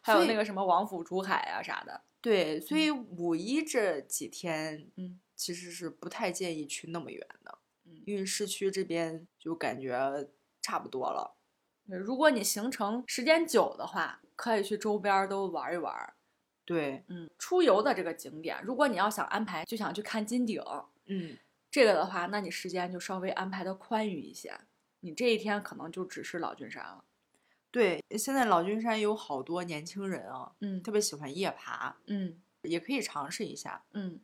Speaker 1: 还有
Speaker 2: 所以
Speaker 1: 那个什么王府竹海啊啥的。
Speaker 2: 对，所以五一这几天，
Speaker 1: 嗯，
Speaker 2: 其实是不太建议去那么远的，
Speaker 1: 嗯，
Speaker 2: 因为市区这边就感觉差不多了。
Speaker 1: 对如果你行程时间久的话，可以去周边儿都玩一玩儿。
Speaker 2: 对，
Speaker 1: 嗯，出游的这个景点，如果你要想安排，就想去看金顶
Speaker 2: 嗯，
Speaker 1: 这个的话，那你时间就稍微安排的宽裕一些。你这一天可能就只是老君山了。
Speaker 2: 对，现在老君山有好多年轻人啊，
Speaker 1: 嗯
Speaker 2: 特别喜欢夜爬，
Speaker 1: 嗯
Speaker 2: 也可以尝试一下。
Speaker 1: 嗯。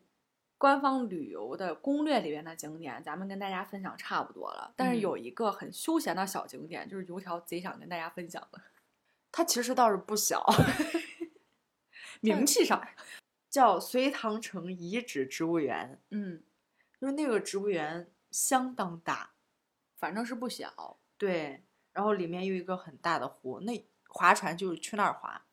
Speaker 1: 官方旅游的攻略里面的景点，咱们跟大家分享差不多了。但是
Speaker 2: 嗯
Speaker 1: 有一个很休闲的小景点，就是油条贼想跟大家分享的，
Speaker 2: 它其实倒是不小，
Speaker 1: 名气上，
Speaker 2: 叫隋唐城遗址植物园。
Speaker 1: 嗯，
Speaker 2: 就是那个植物园相当大，
Speaker 1: 反正是不小。
Speaker 2: 对，然后里面有一个很大的湖，那划船就是去那儿划，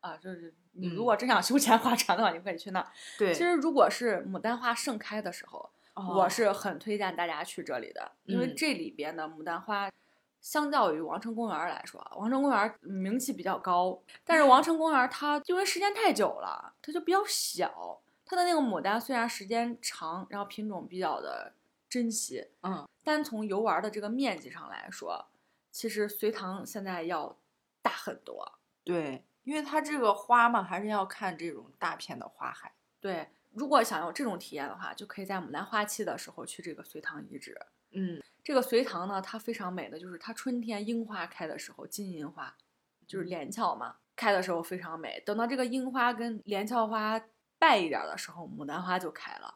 Speaker 1: 啊，就是你如
Speaker 2: 嗯
Speaker 1: 果真想休闲 划船的话，你可以去那儿。
Speaker 2: 对，
Speaker 1: 其实，如果是牡丹花盛开的时候，
Speaker 2: 哦
Speaker 1: 我是很推荐大家去这里的，因为
Speaker 2: 嗯
Speaker 1: 这里边的牡丹花，相较于王城公园儿来说，啊王城公园儿名气比较高，但是王城公园儿它因为时间太久了，它就比较小。它的那个牡丹虽然时间长，然后品种比较的珍惜，
Speaker 2: 嗯，
Speaker 1: 单从游玩儿的这个面积上来说，其实隋唐现在要大很多。
Speaker 2: 对，因为它这个花嘛，还是要看这种大片的花海，
Speaker 1: 对，如果想有这种体验的话，就可以在牡丹花期的时候去这个隋唐遗址。
Speaker 2: 嗯
Speaker 1: 这个隋唐呢，它非常美的就是它春天樱花开的时候，金银花就是
Speaker 2: 嗯
Speaker 1: 连翘嘛，开的时候非常美。等到这个樱花跟连翘花败一点儿的时候，牡丹花就开了。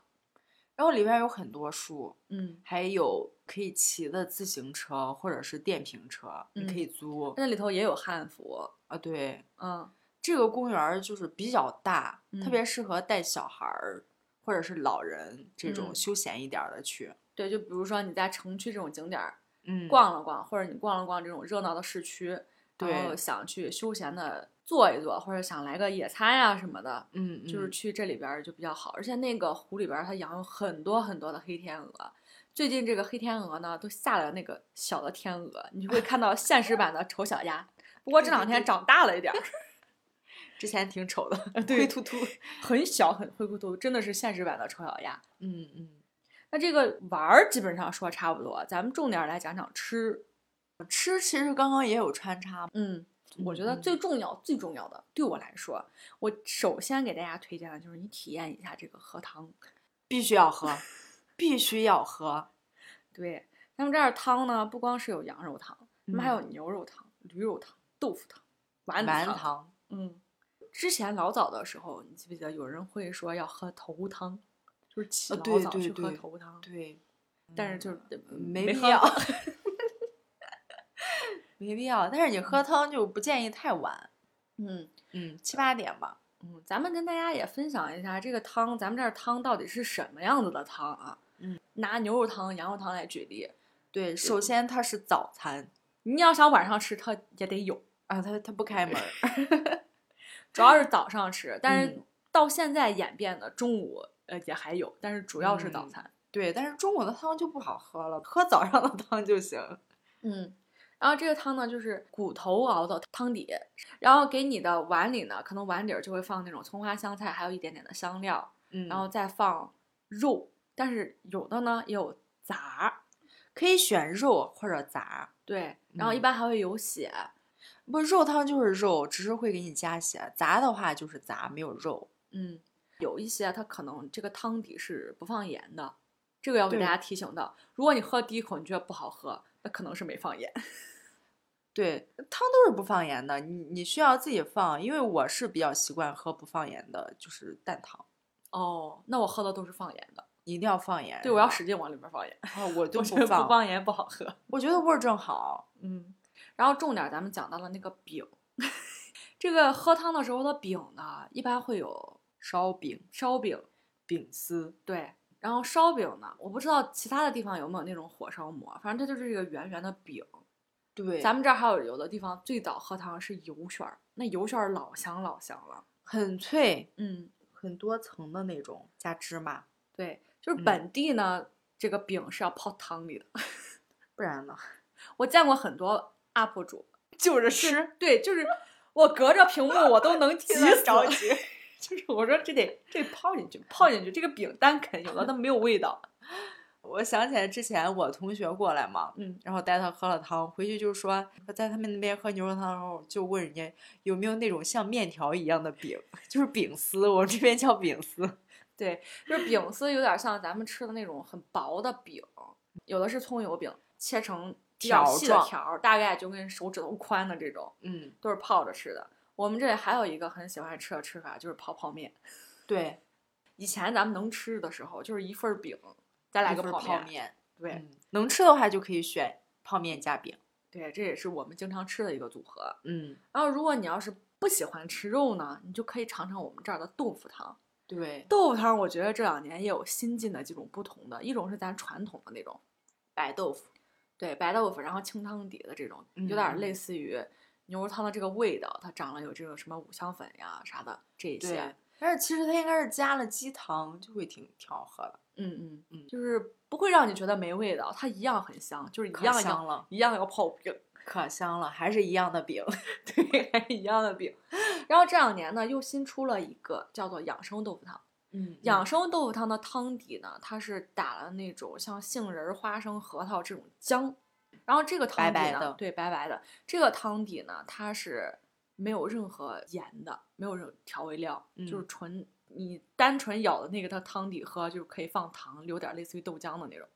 Speaker 2: 然后里面有很多树，
Speaker 1: 嗯，
Speaker 2: 还有可以骑的自行车或者是电瓶车，你可
Speaker 1: 嗯
Speaker 2: 以租
Speaker 1: 那里头也有汉服，
Speaker 2: 啊，对，
Speaker 1: 嗯
Speaker 2: 这个公园儿就是比较大，
Speaker 1: 嗯
Speaker 2: 特别适合带小孩儿或者是老人这种
Speaker 1: 嗯
Speaker 2: 休闲一点儿的去，
Speaker 1: 对，就比如说你在城区这种景点儿
Speaker 2: 嗯，
Speaker 1: 逛了逛，或者你逛了逛这种热闹的市区，然后
Speaker 2: 对
Speaker 1: 想去休闲的坐一坐，或者想来个野餐呀、什么的，
Speaker 2: 嗯，嗯，
Speaker 1: 就是去这里边儿就比较好，而且那个湖里边儿它养有很多很多的黑天鹅。最近这个黑天鹅呢，都下了那个小的天鹅，你就会看到现实版的丑小鸭。不过这
Speaker 2: 对
Speaker 1: 两
Speaker 2: 对
Speaker 1: 天
Speaker 2: 对
Speaker 1: 长大了一点儿，
Speaker 2: 嗯之前挺丑的，
Speaker 1: 对
Speaker 2: 灰秃秃。
Speaker 1: 很小很灰秃秃，真的是现实版的丑小鸭。
Speaker 2: 嗯嗯，
Speaker 1: 那这个玩儿基本上说差不多，咱们重点儿来讲讲吃。
Speaker 2: 吃其实刚刚也有穿插嘛，
Speaker 1: 嗯，我觉得
Speaker 2: 嗯
Speaker 1: 最重要、最重要的，对我来说，我首先给大家推荐的就是你体验一下这个荷塘。
Speaker 2: 必须要喝，必须 要喝。
Speaker 1: 对，咱们这儿汤呢，不光是有羊肉汤，咱们还
Speaker 2: 嗯
Speaker 1: 有牛肉汤、驴肉汤、豆腐汤、丸子
Speaker 2: 丸
Speaker 1: 汤。
Speaker 2: 糖，
Speaker 1: 嗯，之前老早的时候，你记不记得有人会说要喝头汤，就是起
Speaker 2: 呃
Speaker 1: 老
Speaker 2: 对
Speaker 1: 早
Speaker 2: 对
Speaker 1: 去喝
Speaker 2: 对
Speaker 1: 头汤，
Speaker 2: 对，
Speaker 1: 但是就是是呃
Speaker 2: 没
Speaker 1: 没
Speaker 2: 必
Speaker 1: 喝
Speaker 2: 要
Speaker 1: 过
Speaker 2: 没必要。但是你喝汤就不建议太晚，
Speaker 1: 嗯
Speaker 2: 嗯，七八点吧。
Speaker 1: 嗯，咱们跟大家也分享一下这个汤，咱们这儿汤到底是什么样子的汤啊？
Speaker 2: 嗯，
Speaker 1: 拿牛肉汤、羊肉汤来举例，
Speaker 2: 对，首先它是早餐
Speaker 1: 你要想晚上吃，它也得有，
Speaker 2: 啊，它它不开门儿，
Speaker 1: 主要是早上吃，但是
Speaker 2: 嗯
Speaker 1: 到现在演变的中午呃也还有，但是主要是早
Speaker 2: 嗯
Speaker 1: 餐。
Speaker 2: 对，但是中午的汤就不好喝了，喝早上的汤就行。
Speaker 1: 嗯，然后这个汤呢，就是骨头熬到汤底，然后给你的碗里呢，可能碗底儿就会放那种葱花、香菜，还有一点点的香料，
Speaker 2: 嗯
Speaker 1: 然后再放肉，但是有的呢也有杂儿，
Speaker 2: 可以选肉或者杂，
Speaker 1: 对，然后一
Speaker 2: 嗯
Speaker 1: 般还会有血，
Speaker 2: 不，肉汤就是肉，只是会给你加血；杂的话就是杂，没有肉。
Speaker 1: 嗯，有一些它可能这个汤底是不放盐的，这个要给大
Speaker 2: 对
Speaker 1: 家提醒到，如果你喝第一口你觉得不好喝，那可能是没放盐。
Speaker 2: 对，汤都是不放盐的，你你需要自己放，因为我是比较习惯喝不放盐的，就是蛋汤，
Speaker 1: 哦，那我喝的都是放盐的，
Speaker 2: 一定要放盐。
Speaker 1: 对我要使劲往里面放盐，
Speaker 2: 啊，我就
Speaker 1: 我
Speaker 2: 不
Speaker 1: 觉得
Speaker 2: 放，
Speaker 1: 不放盐不好喝。
Speaker 2: 我觉得味儿正好。
Speaker 1: 嗯，然后重点儿咱们讲到了那个饼， 这个喝汤的时候的饼呢，一般会有
Speaker 2: 烧饼、
Speaker 1: 烧饼，
Speaker 2: 饼丝，
Speaker 1: 对，然后烧饼呢，我不知道其他的地方有没有那种火烧馍，反正它就是一个圆圆的饼。
Speaker 2: 对，
Speaker 1: 咱
Speaker 2: 们
Speaker 1: 们这儿还有有的地方最早喝汤是油旋儿，那油旋儿老香老香了。
Speaker 2: 很脆，
Speaker 1: 嗯，
Speaker 2: 很多层的那种，加芝麻，
Speaker 1: 对，就是
Speaker 2: 嗯
Speaker 1: 本地呢，这个饼是要泡汤里的。
Speaker 2: 不然呢？
Speaker 1: 我见过很多 UP 主，
Speaker 2: 就着
Speaker 1: 就，对，就是我隔着屏幕我都 能急
Speaker 2: 现在
Speaker 1: 死
Speaker 2: 着
Speaker 1: 了
Speaker 2: 急。
Speaker 1: 就是我说这得这泡进去，泡进去这个饼单啃有的它没有味道。
Speaker 2: 我想起来之前我同学过来嘛，
Speaker 1: 嗯，
Speaker 2: 然后带他喝了汤，回去就说在他们那边喝牛肉汤的时候，就问人家有没有那种像面条一样的饼， 就是饼丝，我们这边叫饼丝。
Speaker 1: 对，就是饼丝有点像咱们吃的那种很薄的饼，有的是葱油饼，切成比较
Speaker 2: 条
Speaker 1: 细的
Speaker 2: 状
Speaker 1: 条儿，大概就跟手指头宽的这种。
Speaker 2: 嗯，
Speaker 1: 都是泡着吃的。我们这里还有一个很喜欢吃的吃法，就是泡泡面。
Speaker 2: 对，
Speaker 1: 以前咱们能吃的时候，就是一份儿饼再
Speaker 2: 再
Speaker 1: 来
Speaker 2: 来
Speaker 1: 个
Speaker 2: 个
Speaker 1: 泡
Speaker 2: 泡面，
Speaker 1: 对、
Speaker 2: 嗯能吃的话就可以选泡面加饼。
Speaker 1: 对，这也是我们经常吃的一个组合。
Speaker 2: 嗯，
Speaker 1: 然后，如果你要是不喜欢吃肉呢，你就可以尝尝我们这儿的豆腐汤。
Speaker 2: 对，
Speaker 1: 豆腐汤，我觉得这两年也有新进的几种不同的，一种是咱传统的那种，
Speaker 2: 白豆腐。
Speaker 1: 对，白豆腐，然后清汤底的这种，有点儿
Speaker 2: 嗯
Speaker 1: 类似于牛肉汤的这个味道，它长了有这种什么五香粉呀啥的这一些
Speaker 2: 对。，但是其实它应该是加了鸡汤，就会挺挺好喝的，
Speaker 1: 嗯嗯，
Speaker 2: 嗯
Speaker 1: 就是不会让你觉得没味道，它一样很香，就是一
Speaker 2: 可
Speaker 1: 样要
Speaker 2: 香了，
Speaker 1: 一样要泡饼，
Speaker 2: 可香了，还是一样的饼。
Speaker 1: 对，还是一样的饼。然后这两年呢，又新出了一个叫做养生豆腐汤。
Speaker 2: 嗯
Speaker 1: 养生豆腐汤的汤底呢，它是打了那种像杏仁儿、花生、核桃这种浆，然后这个汤
Speaker 2: 白
Speaker 1: 底
Speaker 2: 白
Speaker 1: 呢，
Speaker 2: 的
Speaker 1: 对，白白的。这个汤底呢，它是没有任何盐的，没有任何调味料，就是
Speaker 2: 嗯
Speaker 1: 纯你单纯舀的那个它汤底喝，就是可以放糖，有点类似于豆浆的那种。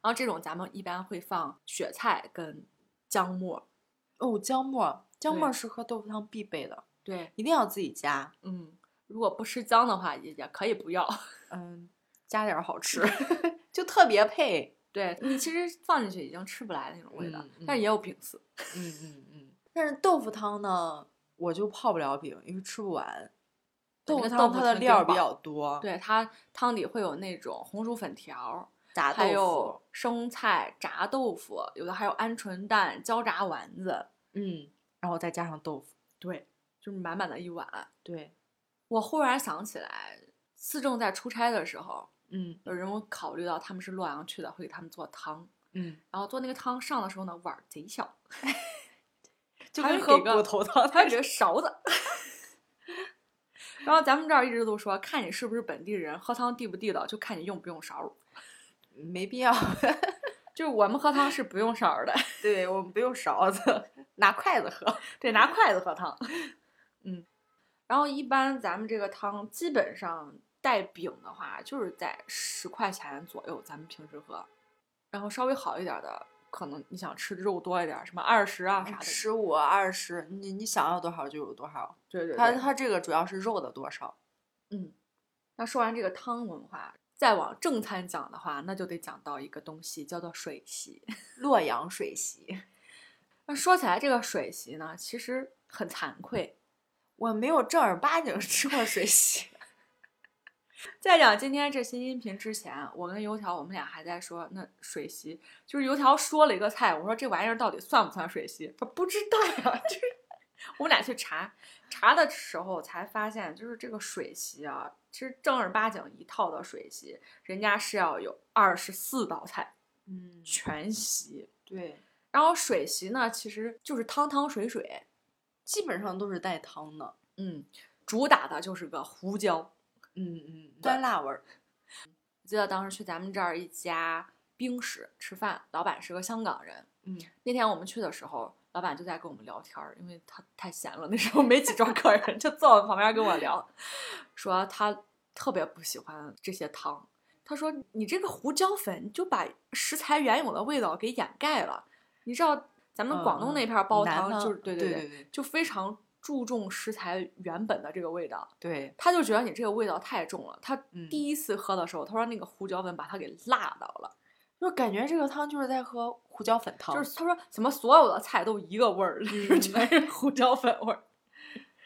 Speaker 1: 然后这种咱们一般会放雪菜跟姜末，
Speaker 2: 哦，姜末，姜末
Speaker 1: 对
Speaker 2: 是喝豆腐汤必备的，
Speaker 1: 对，
Speaker 2: 一定要自己加。
Speaker 1: 嗯，如果不吃姜的话，也也可以不要。
Speaker 2: 嗯，加点儿好 吃，就特别配。
Speaker 1: 对你其实放进去已经吃不来那种味道，
Speaker 2: 嗯
Speaker 1: 但是
Speaker 2: 嗯
Speaker 1: 也有饼丝。
Speaker 2: 嗯嗯嗯。但是豆腐汤呢，我就泡不了饼，因为吃不完。
Speaker 1: 对那
Speaker 2: 豆腐
Speaker 1: 个
Speaker 2: 汤
Speaker 1: 豆腐
Speaker 2: 它的
Speaker 1: 纯
Speaker 2: 料
Speaker 1: 丁
Speaker 2: 儿比
Speaker 1: 饱
Speaker 2: 较多，，
Speaker 1: 对，它汤底会有那种红薯粉条儿，
Speaker 2: 炸
Speaker 1: 还
Speaker 2: 豆
Speaker 1: 有生菜、炸豆腐，有的还有鹌鹑蛋、焦炸丸子，
Speaker 2: 腐，嗯，然后再加上豆腐，
Speaker 1: 对，就是满满的一碗。
Speaker 2: 对，
Speaker 1: 我忽然想起来，思政在出差的时候，
Speaker 2: 嗯
Speaker 1: 有人我考虑到他们是洛阳去的，会给他们做汤，
Speaker 2: 嗯，
Speaker 1: 然后做那个汤上的时候呢，碗儿贼小，
Speaker 2: 就
Speaker 1: 还给
Speaker 2: 跟喝
Speaker 1: 个
Speaker 2: 骨头汤
Speaker 1: 还有 这个勺子。 然后咱们这儿一直都说，看你是不是本地人，喝汤地不地道，就看你用不用勺儿。
Speaker 2: 没 必要。
Speaker 1: 就是我们喝汤是不用勺儿的，
Speaker 2: 对我们不用勺子， 拿筷子喝。
Speaker 1: 对，拿筷子喝汤。 嗯，然后一般咱们这个汤基本上带饼的话，就是在十块钱左右，咱们平时喝。然后稍微好一点的，可能你想吃肉多一点，什么二十啊啥的。
Speaker 2: 十五、二十，你你想要多少就有多少。
Speaker 1: 对对
Speaker 2: 它
Speaker 1: 对，
Speaker 2: 它这个主要是肉的多少。
Speaker 1: 嗯。那说完这个汤文化，再往正餐讲的话，那就得讲到一个东西，叫做水席。
Speaker 2: 洛阳水席，
Speaker 1: 那说起来这个水席呢，其实很惭愧，
Speaker 2: 我没有正儿八经吃过水席。
Speaker 1: 在讲今天这期音频之前，我跟油条我们俩还在说那水席，就是油条说了一个菜，我说这玩意儿到底算不算水席？他不知道呀、 就是我们俩去查，查的时候才发现，就是这个水席啊，其实正儿八经一套的水席，人家是要有二十四道菜
Speaker 2: 嗯，
Speaker 1: 全席，
Speaker 2: 对，
Speaker 1: 然后水席呢，其实就是汤汤水水，
Speaker 2: 基本上都是带汤的。
Speaker 1: 嗯，主打的就是个胡椒。
Speaker 2: 嗯嗯，酸辣味儿。
Speaker 1: 记得当时去咱们这儿一家冰室吃饭，老板是个香港人。
Speaker 2: 嗯，
Speaker 1: 那天我们去的时候，老板就在跟我们聊天儿，因为他太闲了，那时候没几桌客人，就坐我们旁边跟我聊，说他特别不喜欢这些汤。他说：“你这个胡椒粉就把食材原有的味道给掩盖了。你知道咱们广东那片儿煲
Speaker 2: 嗯南
Speaker 1: 汤
Speaker 2: 方
Speaker 1: 就是、对嗯
Speaker 2: 对
Speaker 1: 对，
Speaker 2: 对
Speaker 1: 就非常注重食材原本的这个味道。
Speaker 2: 对，
Speaker 1: 他就觉得你这个味道太重了。他
Speaker 2: 嗯
Speaker 1: 第一次喝的时候，他说那个胡椒粉把他给辣到了，
Speaker 2: 就感觉这个汤就是在喝胡椒粉汤。
Speaker 1: 就是他说怎么所有的菜都一个味儿，就是 全是胡椒粉味儿。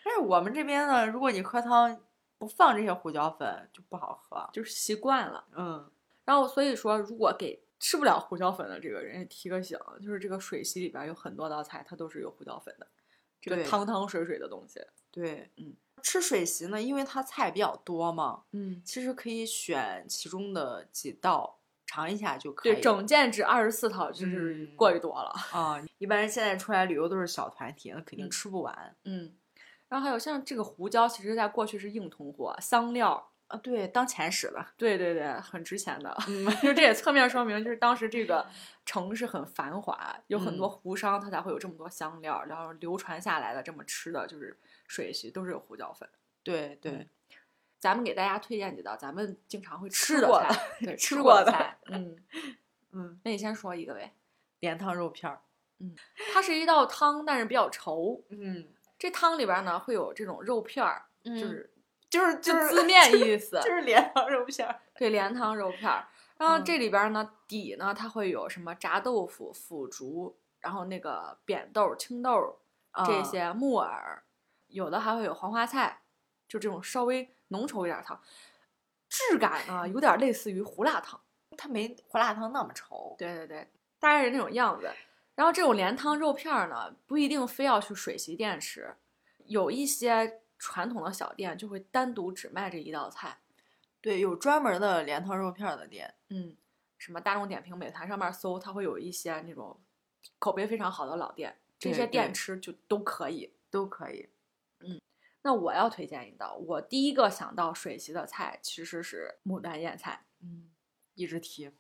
Speaker 2: 但是我们这边呢，如果你喝汤不放这些胡椒粉，就不好喝。
Speaker 1: 就是习惯了。
Speaker 2: 嗯，
Speaker 1: 然后所以说，如果给吃不了胡椒粉的这个人也提个醒，就是这个水席里边有很多道菜，它都是有胡椒粉的，这个
Speaker 2: 对
Speaker 1: 汤汤水水的东西。
Speaker 2: 对，
Speaker 1: 嗯，
Speaker 2: 吃水席呢，因为它菜比较多嘛，
Speaker 1: 嗯，
Speaker 2: 其实可以选其中的几道尝一下就可以了。
Speaker 1: 对，整件只二十四套就是
Speaker 2: 嗯
Speaker 1: 过于多了。
Speaker 2: 啊、一般人现在出来旅游都是小团体，那肯定
Speaker 1: 嗯
Speaker 2: 吃不完、
Speaker 1: 嗯，然后还有像这个胡椒，其实在过去是硬通货，香料。
Speaker 2: 啊。对，当前使的。
Speaker 1: 对对对，很值钱的，
Speaker 2: 嗯
Speaker 1: 就这也侧面说明，就是当时这个城市很繁华，有很多
Speaker 2: 嗯
Speaker 1: 胡商，它才会有这么多香料，然后流传下来的这么吃的就是水席，都是有胡椒粉。
Speaker 2: 对对，
Speaker 1: 咱们给大家推荐几道咱们经常会
Speaker 2: 吃
Speaker 1: 的
Speaker 2: 过
Speaker 1: 菜，对，
Speaker 2: 吃
Speaker 1: 吃
Speaker 2: 过
Speaker 1: 的
Speaker 2: 的
Speaker 1: 菜。嗯，
Speaker 2: 嗯，
Speaker 1: 那你先说一个呗。
Speaker 2: 莲汤肉片儿。
Speaker 1: 它是一道汤，但是比较稠。
Speaker 2: 嗯，
Speaker 1: 这汤里边呢会有这种肉片儿，
Speaker 2: 就
Speaker 1: 就是
Speaker 2: 嗯就是
Speaker 1: 就
Speaker 2: 就是
Speaker 1: 字面 意思，
Speaker 2: 就是莲汤肉片儿。
Speaker 1: 对，莲汤肉片儿。然后
Speaker 2: 嗯
Speaker 1: 这里边儿呢，底呢它会有什么炸豆腐、腐竹，然后那个扁豆、青豆儿这
Speaker 2: 啊
Speaker 1: 些木耳，有的还会有黄花菜，就这种稍微浓稠一点儿汤，质感呢有点儿类似于胡辣汤，
Speaker 2: 它没胡辣汤那么稠。
Speaker 1: 对对对，大概是那种样子。然后这种莲汤肉片儿呢，不一定非要去水席店吃，有一些传统的小店就会单独只卖这一道菜。
Speaker 2: 对，有专门的莲汤肉片儿的店。
Speaker 1: 嗯，什么大众点评、美团上面搜，它会有一些那种口碑非常好的老店，这
Speaker 2: 对
Speaker 1: 些店
Speaker 2: 对
Speaker 1: 吃就都可以。嗯
Speaker 2: 都可以。
Speaker 1: 那我要推荐一道，我第一个想到水席的菜其实是牡丹燕菜。
Speaker 2: 嗯，一直提，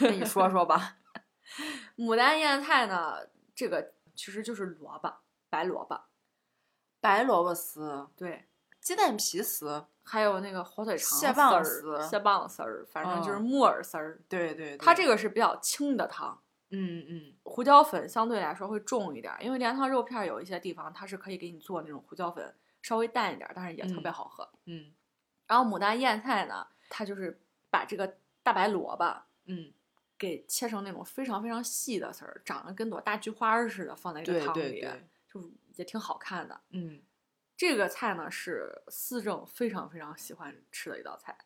Speaker 2: 那你说说吧。
Speaker 1: 牡丹燕菜呢，这个其实就是萝卜，白萝卜，
Speaker 2: 白萝卜丝、
Speaker 1: 对，
Speaker 2: 鸡蛋皮丝，
Speaker 1: 还有那个火腿肠
Speaker 2: 蟹
Speaker 1: 丝
Speaker 2: 棒
Speaker 1: 儿
Speaker 2: 丝
Speaker 1: 蟹棒丝儿，反正就是
Speaker 2: 嗯
Speaker 1: 木耳丝儿。
Speaker 2: 对对
Speaker 1: 它
Speaker 2: 它这
Speaker 1: 这
Speaker 2: 个，
Speaker 1: 个是比较清的汤，
Speaker 2: 嗯嗯，
Speaker 1: 胡椒粉相对来说会重一点儿，因为莲汤肉片儿有一些地方它是可以给你做那种胡椒粉稍微淡一点儿，但是也特别
Speaker 2: 嗯
Speaker 1: 好喝。
Speaker 2: 嗯
Speaker 1: 然后牡丹燕菜呢，它就是把这个大白萝卜
Speaker 2: 嗯，
Speaker 1: 给切成那种非常非常细的丝儿，长得跟朵大菊花儿似的，放在这个
Speaker 2: 对
Speaker 1: 汤里，啊
Speaker 2: 对对，
Speaker 1: 就是也挺好看的。
Speaker 2: 嗯，
Speaker 1: 这个菜呢是思政非常非常喜欢吃的一道菜，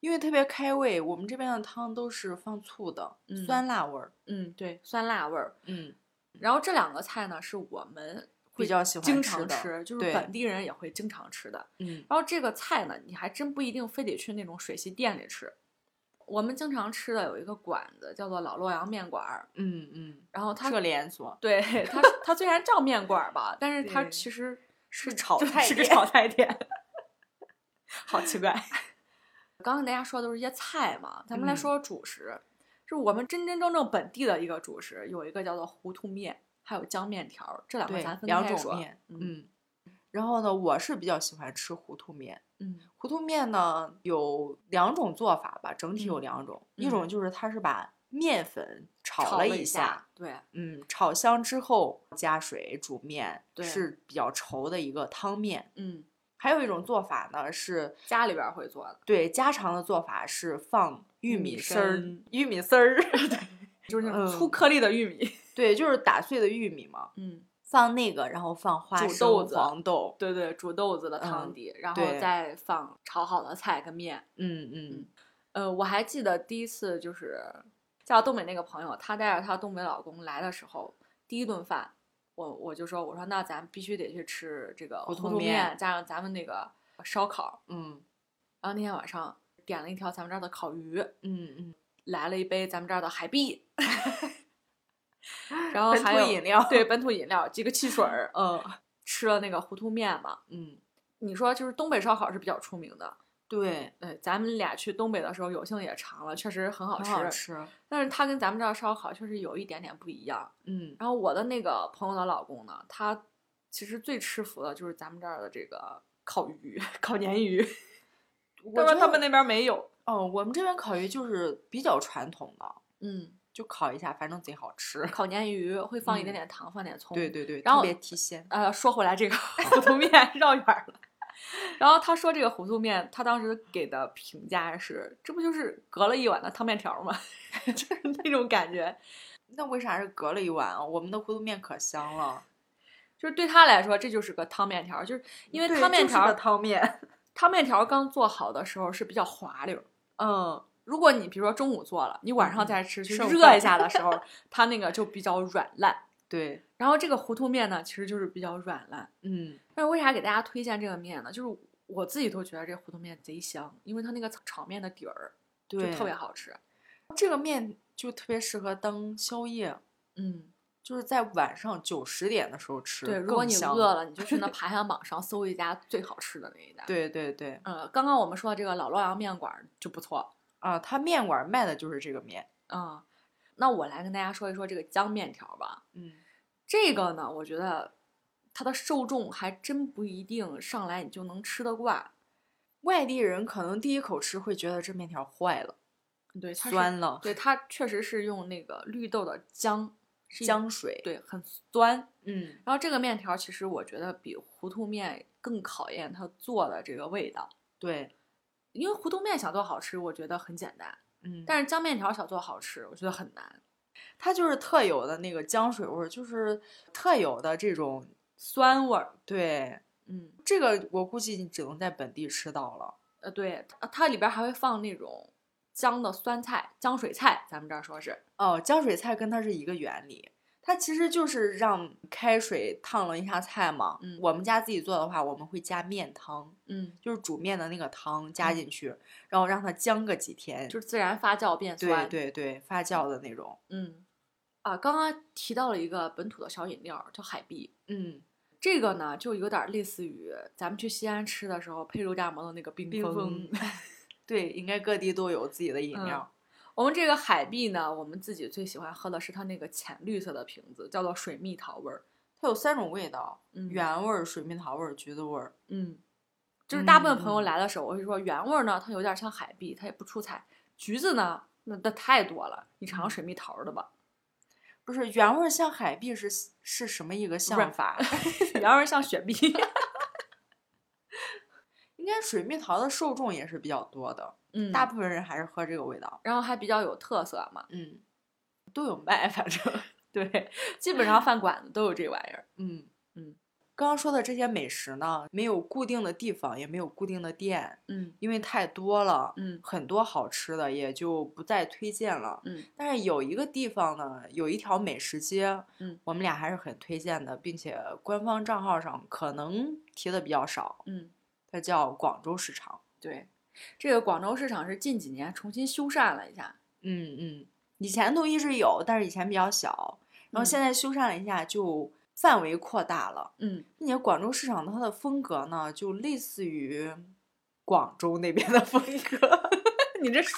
Speaker 2: 因为特别开胃，我们这边的汤都是放醋的，
Speaker 1: 嗯
Speaker 2: 酸辣味儿。
Speaker 1: 嗯，对，酸辣味儿。
Speaker 2: 嗯，
Speaker 1: 然后这两个菜呢是我们会
Speaker 2: 比较喜欢
Speaker 1: 经
Speaker 2: 吃
Speaker 1: 常
Speaker 2: 的
Speaker 1: 吃，就是
Speaker 2: 对
Speaker 1: 本地人也会经常吃的。
Speaker 2: 嗯
Speaker 1: 然后这个菜呢，你还真不一定非得去那种水席店里吃。我们经常吃的有一个馆子叫做老洛阳面馆儿，
Speaker 2: 嗯嗯，
Speaker 1: 然后
Speaker 2: 是
Speaker 1: 它
Speaker 2: 个连锁。
Speaker 1: 对它它虽然叫面馆儿吧，但是它
Speaker 2: 对
Speaker 1: 其实
Speaker 2: 是炒
Speaker 1: 就
Speaker 2: 菜
Speaker 1: 是个
Speaker 2: 店
Speaker 1: 炒菜店，好奇怪。 刚跟大家说的都是一些菜嘛，咱们来
Speaker 2: 嗯
Speaker 1: 说说主食，就是我们真真正正本地的一个主食，有一个叫做糊涂面，还有浆面条儿，这两个
Speaker 2: 对
Speaker 1: 咱分
Speaker 2: 两
Speaker 1: 开
Speaker 2: 种
Speaker 1: 说。
Speaker 2: 面，
Speaker 1: 嗯
Speaker 2: 嗯。然后呢，我是比较喜欢吃糊涂面。
Speaker 1: 嗯
Speaker 2: 糊涂面呢有两种做法吧，整体有
Speaker 1: 嗯
Speaker 2: 两种，
Speaker 1: 嗯
Speaker 2: 一种就是它是把面粉炒
Speaker 1: 炒
Speaker 2: 了
Speaker 1: 一
Speaker 2: 一下，
Speaker 1: 对，
Speaker 2: 嗯，炒香之后加水煮面，
Speaker 1: 对
Speaker 2: 是比较稠的一个汤面。
Speaker 1: 嗯，
Speaker 2: 还有一种做法呢是，
Speaker 1: 家里边儿会做的，
Speaker 2: 对家常的做法是放玉
Speaker 1: 玉米
Speaker 2: 米丝儿
Speaker 1: 身，
Speaker 2: 玉米丝儿，
Speaker 1: 就是那种
Speaker 2: 嗯
Speaker 1: 粗颗粒的玉米。
Speaker 2: 对，就是打碎的玉米嘛，
Speaker 1: 嗯，
Speaker 2: 放那个，然后放花
Speaker 1: 煮
Speaker 2: 生、
Speaker 1: 豆子
Speaker 2: 黄豆，
Speaker 1: 对对，煮豆子的汤
Speaker 2: 嗯
Speaker 1: 底，然后
Speaker 2: 对
Speaker 1: 再放炒好的菜跟面。
Speaker 2: 嗯嗯
Speaker 1: 呃，我还记得第一次就是叫东北那个朋友，她带着她东北老公来的时候，第一顿饭，我我就说，我说那咱必须得去吃这个
Speaker 2: 胡
Speaker 1: 糊
Speaker 2: 同
Speaker 1: 涂面，
Speaker 2: 面
Speaker 1: 加上咱们那个烧烤。
Speaker 2: 嗯
Speaker 1: 然后那天晚上点了一条咱们这儿的烤鱼，
Speaker 2: 嗯嗯，
Speaker 1: 来了一杯咱们这儿的海碧， 然后
Speaker 2: 本
Speaker 1: 还
Speaker 2: 土
Speaker 1: 有
Speaker 2: 饮料
Speaker 1: 对本土饮料几个汽水儿，呃
Speaker 2: 嗯
Speaker 1: 吃了那个糊涂面嘛。
Speaker 2: 嗯，
Speaker 1: 你说就是东北烧烤是比较出名的，
Speaker 2: 对，
Speaker 1: 呃，咱们俩去东北的时候有幸也尝了，确实很好
Speaker 2: 很
Speaker 1: 吃。
Speaker 2: 好吃，
Speaker 1: 但是它跟咱们这儿烧烤确实有一点点不一样。
Speaker 2: 嗯
Speaker 1: 然后我的那个朋友的老公呢，他其实最吃服的就是咱们这儿的这个烤鱼、 烤鲶鱼，
Speaker 2: 我
Speaker 1: 他说
Speaker 2: 觉
Speaker 1: 他
Speaker 2: 得
Speaker 1: 们那边没有。
Speaker 2: 哦，我们这边烤鱼就是比较传统的，
Speaker 1: 嗯，
Speaker 2: 就烤一下，反正贼好吃。
Speaker 1: 烤鲶鱼会放一点
Speaker 2: 嗯
Speaker 1: 点糖，放点葱。
Speaker 2: 对对对，
Speaker 1: 然后
Speaker 2: 特别提鲜。
Speaker 1: 呃，说回来这个 糊涂面绕远儿了。然后他说这个糊涂面，他当时给的评价是：这不就是隔了一碗的汤面条吗？ 就是那种感觉，
Speaker 2: 那为啥是隔了一碗啊？我们的糊涂面可香了，
Speaker 1: 就是对他来说，这就是个汤面条，就是因为
Speaker 2: 对
Speaker 1: 汤面
Speaker 2: 就是
Speaker 1: 条、
Speaker 2: 个汤面。
Speaker 1: 汤面条刚做好的时候是比较滑溜儿。
Speaker 2: 嗯，
Speaker 1: 如果你比如说中午做了，你晚上再吃，去
Speaker 2: 剩
Speaker 1: 热
Speaker 2: 饭
Speaker 1: 一下的时候，它那个就比较软烂。
Speaker 2: 对，
Speaker 1: 然后这个糊涂面呢，其实就是比较软烂。
Speaker 2: 嗯
Speaker 1: 但是为啥给大家推荐这个面呢？就是我自己都觉得这糊涂面贼香，因为它那个炒炒面的底儿就
Speaker 2: 对，
Speaker 1: 特别。好吃。
Speaker 2: 这个面就特别适合当宵夜，
Speaker 1: 嗯，
Speaker 2: 就是在晚上九十点的时候吃，
Speaker 1: 对，如果
Speaker 2: 更
Speaker 1: 你
Speaker 2: 香
Speaker 1: 饿。了，你就去那排行榜上搜一家最好吃的那一家。，
Speaker 2: 对对对，
Speaker 1: 呃，刚刚我们说的这个老洛阳面馆儿就不错。
Speaker 2: 啊，他面馆卖的就是这个面。
Speaker 1: 嗯，那我来跟大家说一说这个江面条吧。
Speaker 2: 嗯
Speaker 1: 这个呢，我觉得它的受众还真不一定上来你就能吃得惯。
Speaker 2: 外地人可能第一口吃会觉得这面条坏了，
Speaker 1: 对，它是
Speaker 2: 酸了，
Speaker 1: 对，它确实是用那个绿豆的浆，是一
Speaker 2: 姜水。
Speaker 1: 对，很酸。
Speaker 2: 嗯，
Speaker 1: 然后这个面条其实我觉得比糊涂面更考验它做的这个味道，
Speaker 2: 对，
Speaker 1: 因为糊涂面想做好吃，我觉得很简单，
Speaker 2: 嗯，
Speaker 1: 但是江面条想做好吃，我觉得很难。
Speaker 2: 它就是特有的那个姜水味儿，就是特有的这种
Speaker 1: 酸味儿，
Speaker 2: 对
Speaker 1: 嗯，
Speaker 2: 这个，我估计你只能在本地吃到了。
Speaker 1: 呃，对，它它里边儿还会放那种姜的酸菜、姜水菜，咱们这儿说是，
Speaker 2: 哦，浆水菜跟它是一个原理，它其实就是让开水烫了一下菜嘛。
Speaker 1: 嗯
Speaker 2: 我们家自己做的话，我们会加面汤，
Speaker 1: 嗯，
Speaker 2: 就是煮面的那个汤加
Speaker 1: 嗯
Speaker 2: 进去，然后让它僵个几天。
Speaker 1: 就是自然发酵变
Speaker 2: 嗯对
Speaker 1: 酸。，
Speaker 2: 对对，发酵的那种。
Speaker 1: 嗯，啊，刚刚提到了一个本土的小饮料叫海碧，
Speaker 2: 嗯，
Speaker 1: 这个呢就有点类似于咱们去西安吃的时候配肉夹馍的那个冰
Speaker 2: 冰
Speaker 1: 峰。
Speaker 2: 峰 对，应该各地都有自己的饮
Speaker 1: 嗯
Speaker 2: 料。
Speaker 1: 我们这个海碧呢，我们自己最喜欢喝的是它那个浅绿色的瓶子，叫做水蜜桃味儿。
Speaker 2: 它有三种味道：
Speaker 1: 嗯，
Speaker 2: 原味儿、水蜜桃味儿、橘子味儿。
Speaker 1: 嗯，就是大部分
Speaker 2: 嗯
Speaker 1: 朋友
Speaker 2: 嗯
Speaker 1: 来的时候，我会说原味儿呢，它有点像海碧，它也不出彩。橘子呢，那那太多了，你尝尝水蜜桃儿的吧。
Speaker 2: 不是原味儿像海碧是是什么一个
Speaker 1: 软
Speaker 2: 像法？
Speaker 1: 原味儿像雪 碧。
Speaker 2: 应该水蜜桃的受众也是比较多的，
Speaker 1: 嗯，
Speaker 2: 大部分人还是喝这个味道。
Speaker 1: 然后还比较有特色嘛。
Speaker 2: 嗯，都有卖，反正
Speaker 1: 对，基本上饭馆子都有这玩意儿。
Speaker 2: 嗯
Speaker 1: 嗯。
Speaker 2: 刚刚说的这些美食呢，没有固定的地方，也没有固定的店，
Speaker 1: 嗯
Speaker 2: 因为太多了，
Speaker 1: 嗯
Speaker 2: 很多好吃的也就不再推荐了。
Speaker 1: 嗯，
Speaker 2: 但是有一个地方呢，有一条美食街，
Speaker 1: 嗯，
Speaker 2: 我们俩还是很推荐的，并且官方账号上可能提的比较少，
Speaker 1: 嗯，
Speaker 2: 它叫广州市场。
Speaker 1: 对，这个广州市场是近几年重新修缮了一下。
Speaker 2: 嗯嗯，以前都一直有，但是以前比较小，然后
Speaker 1: 嗯
Speaker 2: 现在修缮了一下，就范围扩大了。
Speaker 1: 嗯
Speaker 2: 并且广州市场它的风格呢，就类似于广州那边的风格。
Speaker 1: 你这是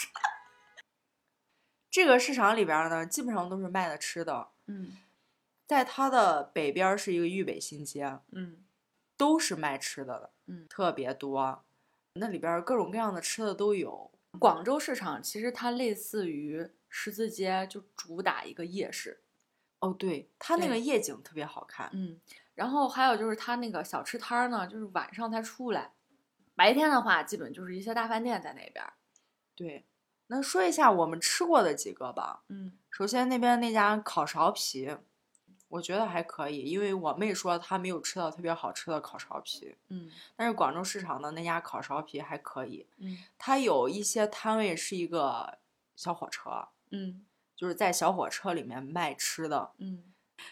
Speaker 2: 这个市场里边儿呢，基本上都是卖的吃的，
Speaker 1: 嗯
Speaker 2: 在它的北边儿是一个豫北新街，
Speaker 1: 嗯
Speaker 2: 都是卖吃的的，
Speaker 1: 嗯
Speaker 2: 特别多。那里边儿各种各样的吃的都有，
Speaker 1: 广州市场其实它类似于十字街，就主打一个夜市。
Speaker 2: 哦，对，它那
Speaker 1: 对
Speaker 2: 个夜景特别好看。
Speaker 1: 嗯，然后还有就是它那个小吃摊儿呢，就是晚上才出来，白天的话基本就是一些大饭店在那边儿。
Speaker 2: 对，那说一下我们吃过的几个吧。
Speaker 1: 嗯
Speaker 2: 首先那边那家烤苕皮，我觉得还可以，因为我妹说她没有吃到特别好吃的烤苕皮，
Speaker 1: 嗯
Speaker 2: 但是广州市场的那家烤苕皮还可以。
Speaker 1: 嗯
Speaker 2: 它有一些摊位是一个小火车，
Speaker 1: 嗯
Speaker 2: 就是在小火车里面卖吃的，
Speaker 1: 嗯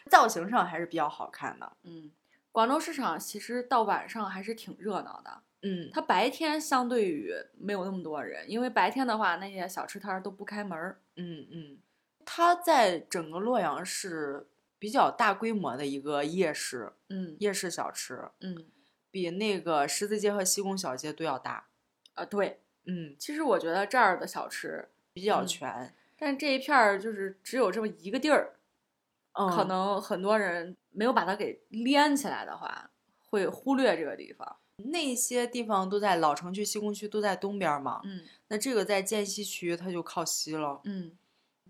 Speaker 2: 造型上还是比较好看的。
Speaker 1: 嗯，广州市场其实到晚上还是挺热闹的。
Speaker 2: 嗯，
Speaker 1: 它白天相对于没有那么多人，因为白天的话，那些小吃摊儿都不开门儿。
Speaker 2: 嗯嗯，它在整个洛阳市比较大规模的一个夜市，
Speaker 1: 嗯
Speaker 2: 夜市小吃
Speaker 1: 嗯
Speaker 2: 比那个十字街和西宫小街都要大。
Speaker 1: 啊，对，
Speaker 2: 嗯，
Speaker 1: 其实我觉得这儿的小吃，
Speaker 2: 比较
Speaker 1: 嗯
Speaker 2: 全。
Speaker 1: 但这一片儿就是只有这么一个地儿，
Speaker 2: 嗯，
Speaker 1: 可能很多人没有把它给连起来的话，会忽略这个地方。
Speaker 2: 那些地方都在老城区、西宫区都在东边儿嘛。
Speaker 1: 嗯
Speaker 2: 那这个在涧西区，它就靠西了。
Speaker 1: 嗯，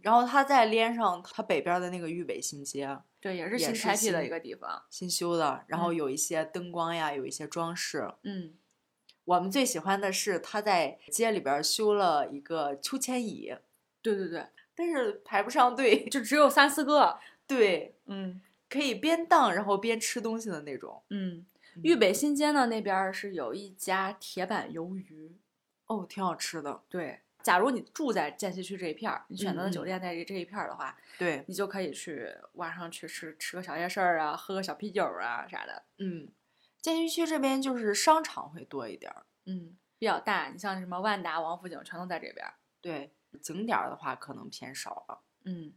Speaker 2: 然后它再连上它北边儿的那个豫北新街，
Speaker 1: 对，也是
Speaker 2: 也
Speaker 1: 新
Speaker 2: 是
Speaker 1: 开辟的
Speaker 2: 新
Speaker 1: 一个地方。
Speaker 2: 新修的，然后
Speaker 1: 嗯
Speaker 2: 有一些灯光呀，有一些装饰。
Speaker 1: 嗯
Speaker 2: 我们最喜欢的是它在街里边儿修了一个秋千椅，
Speaker 1: 对对对，
Speaker 2: 但是排不上队。
Speaker 1: 就只有三四个。
Speaker 2: 对，
Speaker 1: 嗯
Speaker 2: 可以边荡然后边吃东西的那种。
Speaker 1: 嗯，
Speaker 2: 嗯
Speaker 1: 豫北新街呢那边儿是有一家铁板鱿鱼。
Speaker 2: 哦，挺好吃的。
Speaker 1: 对，假如你住在涧西区这一片儿，你选择
Speaker 2: 嗯
Speaker 1: 的
Speaker 2: 嗯
Speaker 1: 酒店在这这一片儿的话，
Speaker 2: 对，
Speaker 1: 你就可以去晚上去吃吃个小夜市儿啊，喝个小啤酒儿啊啥的。
Speaker 2: 嗯，涧西区这边就是商场会多一点儿。
Speaker 1: 嗯，比较大，你像什么万达、王府井全都在这边儿。
Speaker 2: 对，景点儿的话可能偏少了。
Speaker 1: 嗯，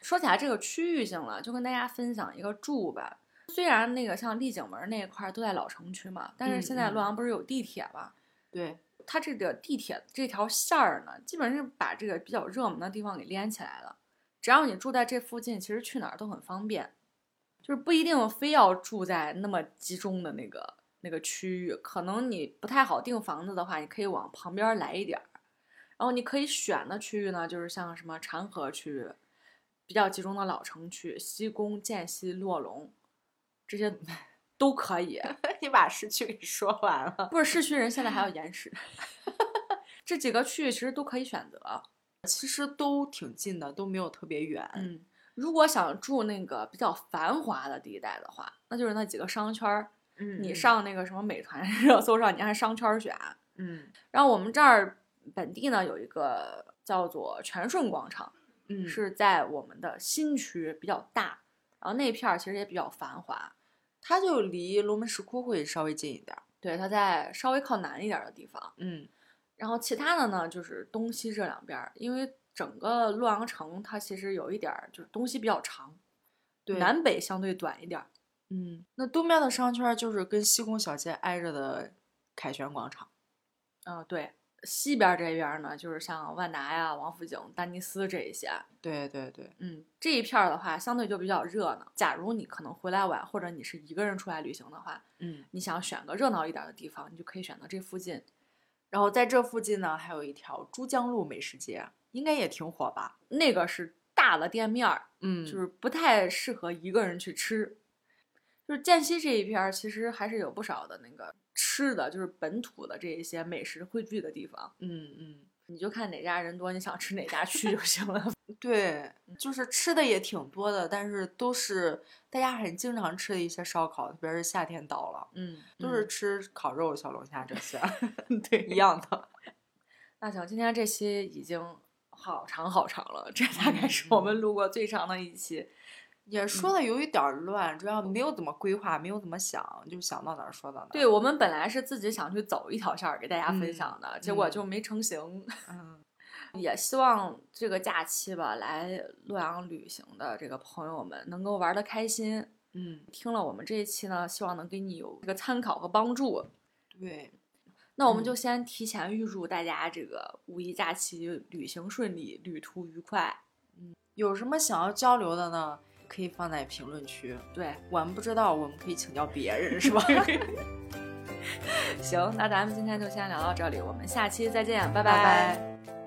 Speaker 1: 说起来这个区域性了，就跟大家分享一个住吧。虽然那个像丽景门儿那一块儿都在老城区嘛，但是
Speaker 2: 嗯
Speaker 1: 现在洛
Speaker 2: 嗯
Speaker 1: 阳不是有地铁嘛？
Speaker 2: 对，
Speaker 1: 它这个地铁这条线儿呢，基本是把这个比较热门的地方给连起来了。只要你住在这附近，其实去哪儿都很方便，就是不一定非要住在那么集中的那个那个区域。可能你不太好订房子的话，你可以往旁边儿来一点儿。然后你可以选的区域呢，就是像什么长河区，比较集中的老城区，西宫、涧西、洛龙，这些 都可以。
Speaker 2: 你把市区给说完了。
Speaker 1: 不是市区人，现在还有延时。 这几个区域其实都可以选择。
Speaker 2: 其实都挺近的，都没有特别远。
Speaker 1: 嗯，如果想住那个比较繁华的地带的话，那就是那几个商圈儿。
Speaker 2: 嗯
Speaker 1: 你，上那个什么美团 热搜上，你按商圈儿选。
Speaker 2: 嗯
Speaker 1: 然后我们这儿本地呢有一个叫做全顺广场，
Speaker 2: 嗯，
Speaker 1: 是在我们的新区比较大，然后那片儿其实也比较繁华。
Speaker 2: 它就离龙门石窟会稍微近一点儿。
Speaker 1: 对，它在稍微靠南一点儿的地方。
Speaker 2: 嗯
Speaker 1: 然后其他的呢，就是东西这两边儿，因为整个洛阳城它其实有一点儿就是东西比较长，
Speaker 2: 对
Speaker 1: 南北相对短一点儿。
Speaker 2: 嗯，那东边的商圈儿就是跟西宫小街挨着的凯旋广场。
Speaker 1: 嗯、对，西边儿这边儿呢，就是像万达呀、王府井、丹尼斯这一些，
Speaker 2: 对对对，
Speaker 1: 嗯，这一片儿的话，相对就比较热闹。假如你可能回来晚，或者你是一个人出来旅行的话，
Speaker 2: 嗯，
Speaker 1: 你想选个热闹一点儿的地方，你就可以选择这附近。
Speaker 2: 然后在这附近呢，还有一条珠江路美食街，应该也挺火吧？
Speaker 1: 那个是大的店面儿，
Speaker 2: 嗯
Speaker 1: 就是不太适合一个人去吃。就是涧西这一片儿，其实还是有不少的那个吃的，就是本土的这一些美食汇聚的地方。
Speaker 2: 嗯
Speaker 1: 你就看哪家人多，你想吃哪家去就行了。
Speaker 2: 嗯，对，就是吃的也挺多的，但是都是大家很经常吃的一些烧烤，特别是夏天到了，
Speaker 1: 嗯，
Speaker 2: 都是吃烤肉、小龙虾这些
Speaker 1: 嗯对
Speaker 2: 一。样 的。
Speaker 1: 那行，今天这期已经好长好长了，这大概是我
Speaker 2: 嗯
Speaker 1: 们录过最长的一期。嗯
Speaker 2: 也说的有一点儿乱，主要没有怎么规划，没有怎么想，就想到哪儿说到哪儿。
Speaker 1: 对我们本来是自己想去走一条线儿给大家分
Speaker 2: 嗯
Speaker 1: 享的，结果
Speaker 2: 嗯
Speaker 1: 就没成型。
Speaker 2: 嗯，
Speaker 1: 也希望这个假期吧，来洛阳旅行的这个朋友们能够玩的开心。
Speaker 2: 嗯，
Speaker 1: 听了我们这一期呢，希望能给你有一个参考和帮助。
Speaker 2: 对，
Speaker 1: 那我们
Speaker 2: 嗯
Speaker 1: 就先提前预祝大家这个五一假期旅行顺利，旅途愉快。
Speaker 2: 有什么想要交流的呢？可以放在评论区。
Speaker 1: 对，
Speaker 2: 我们不知道，我们可以请教别 人，是吧？
Speaker 1: 行，那咱们今天就先聊到这里，我们下期再见，拜
Speaker 2: 拜拜。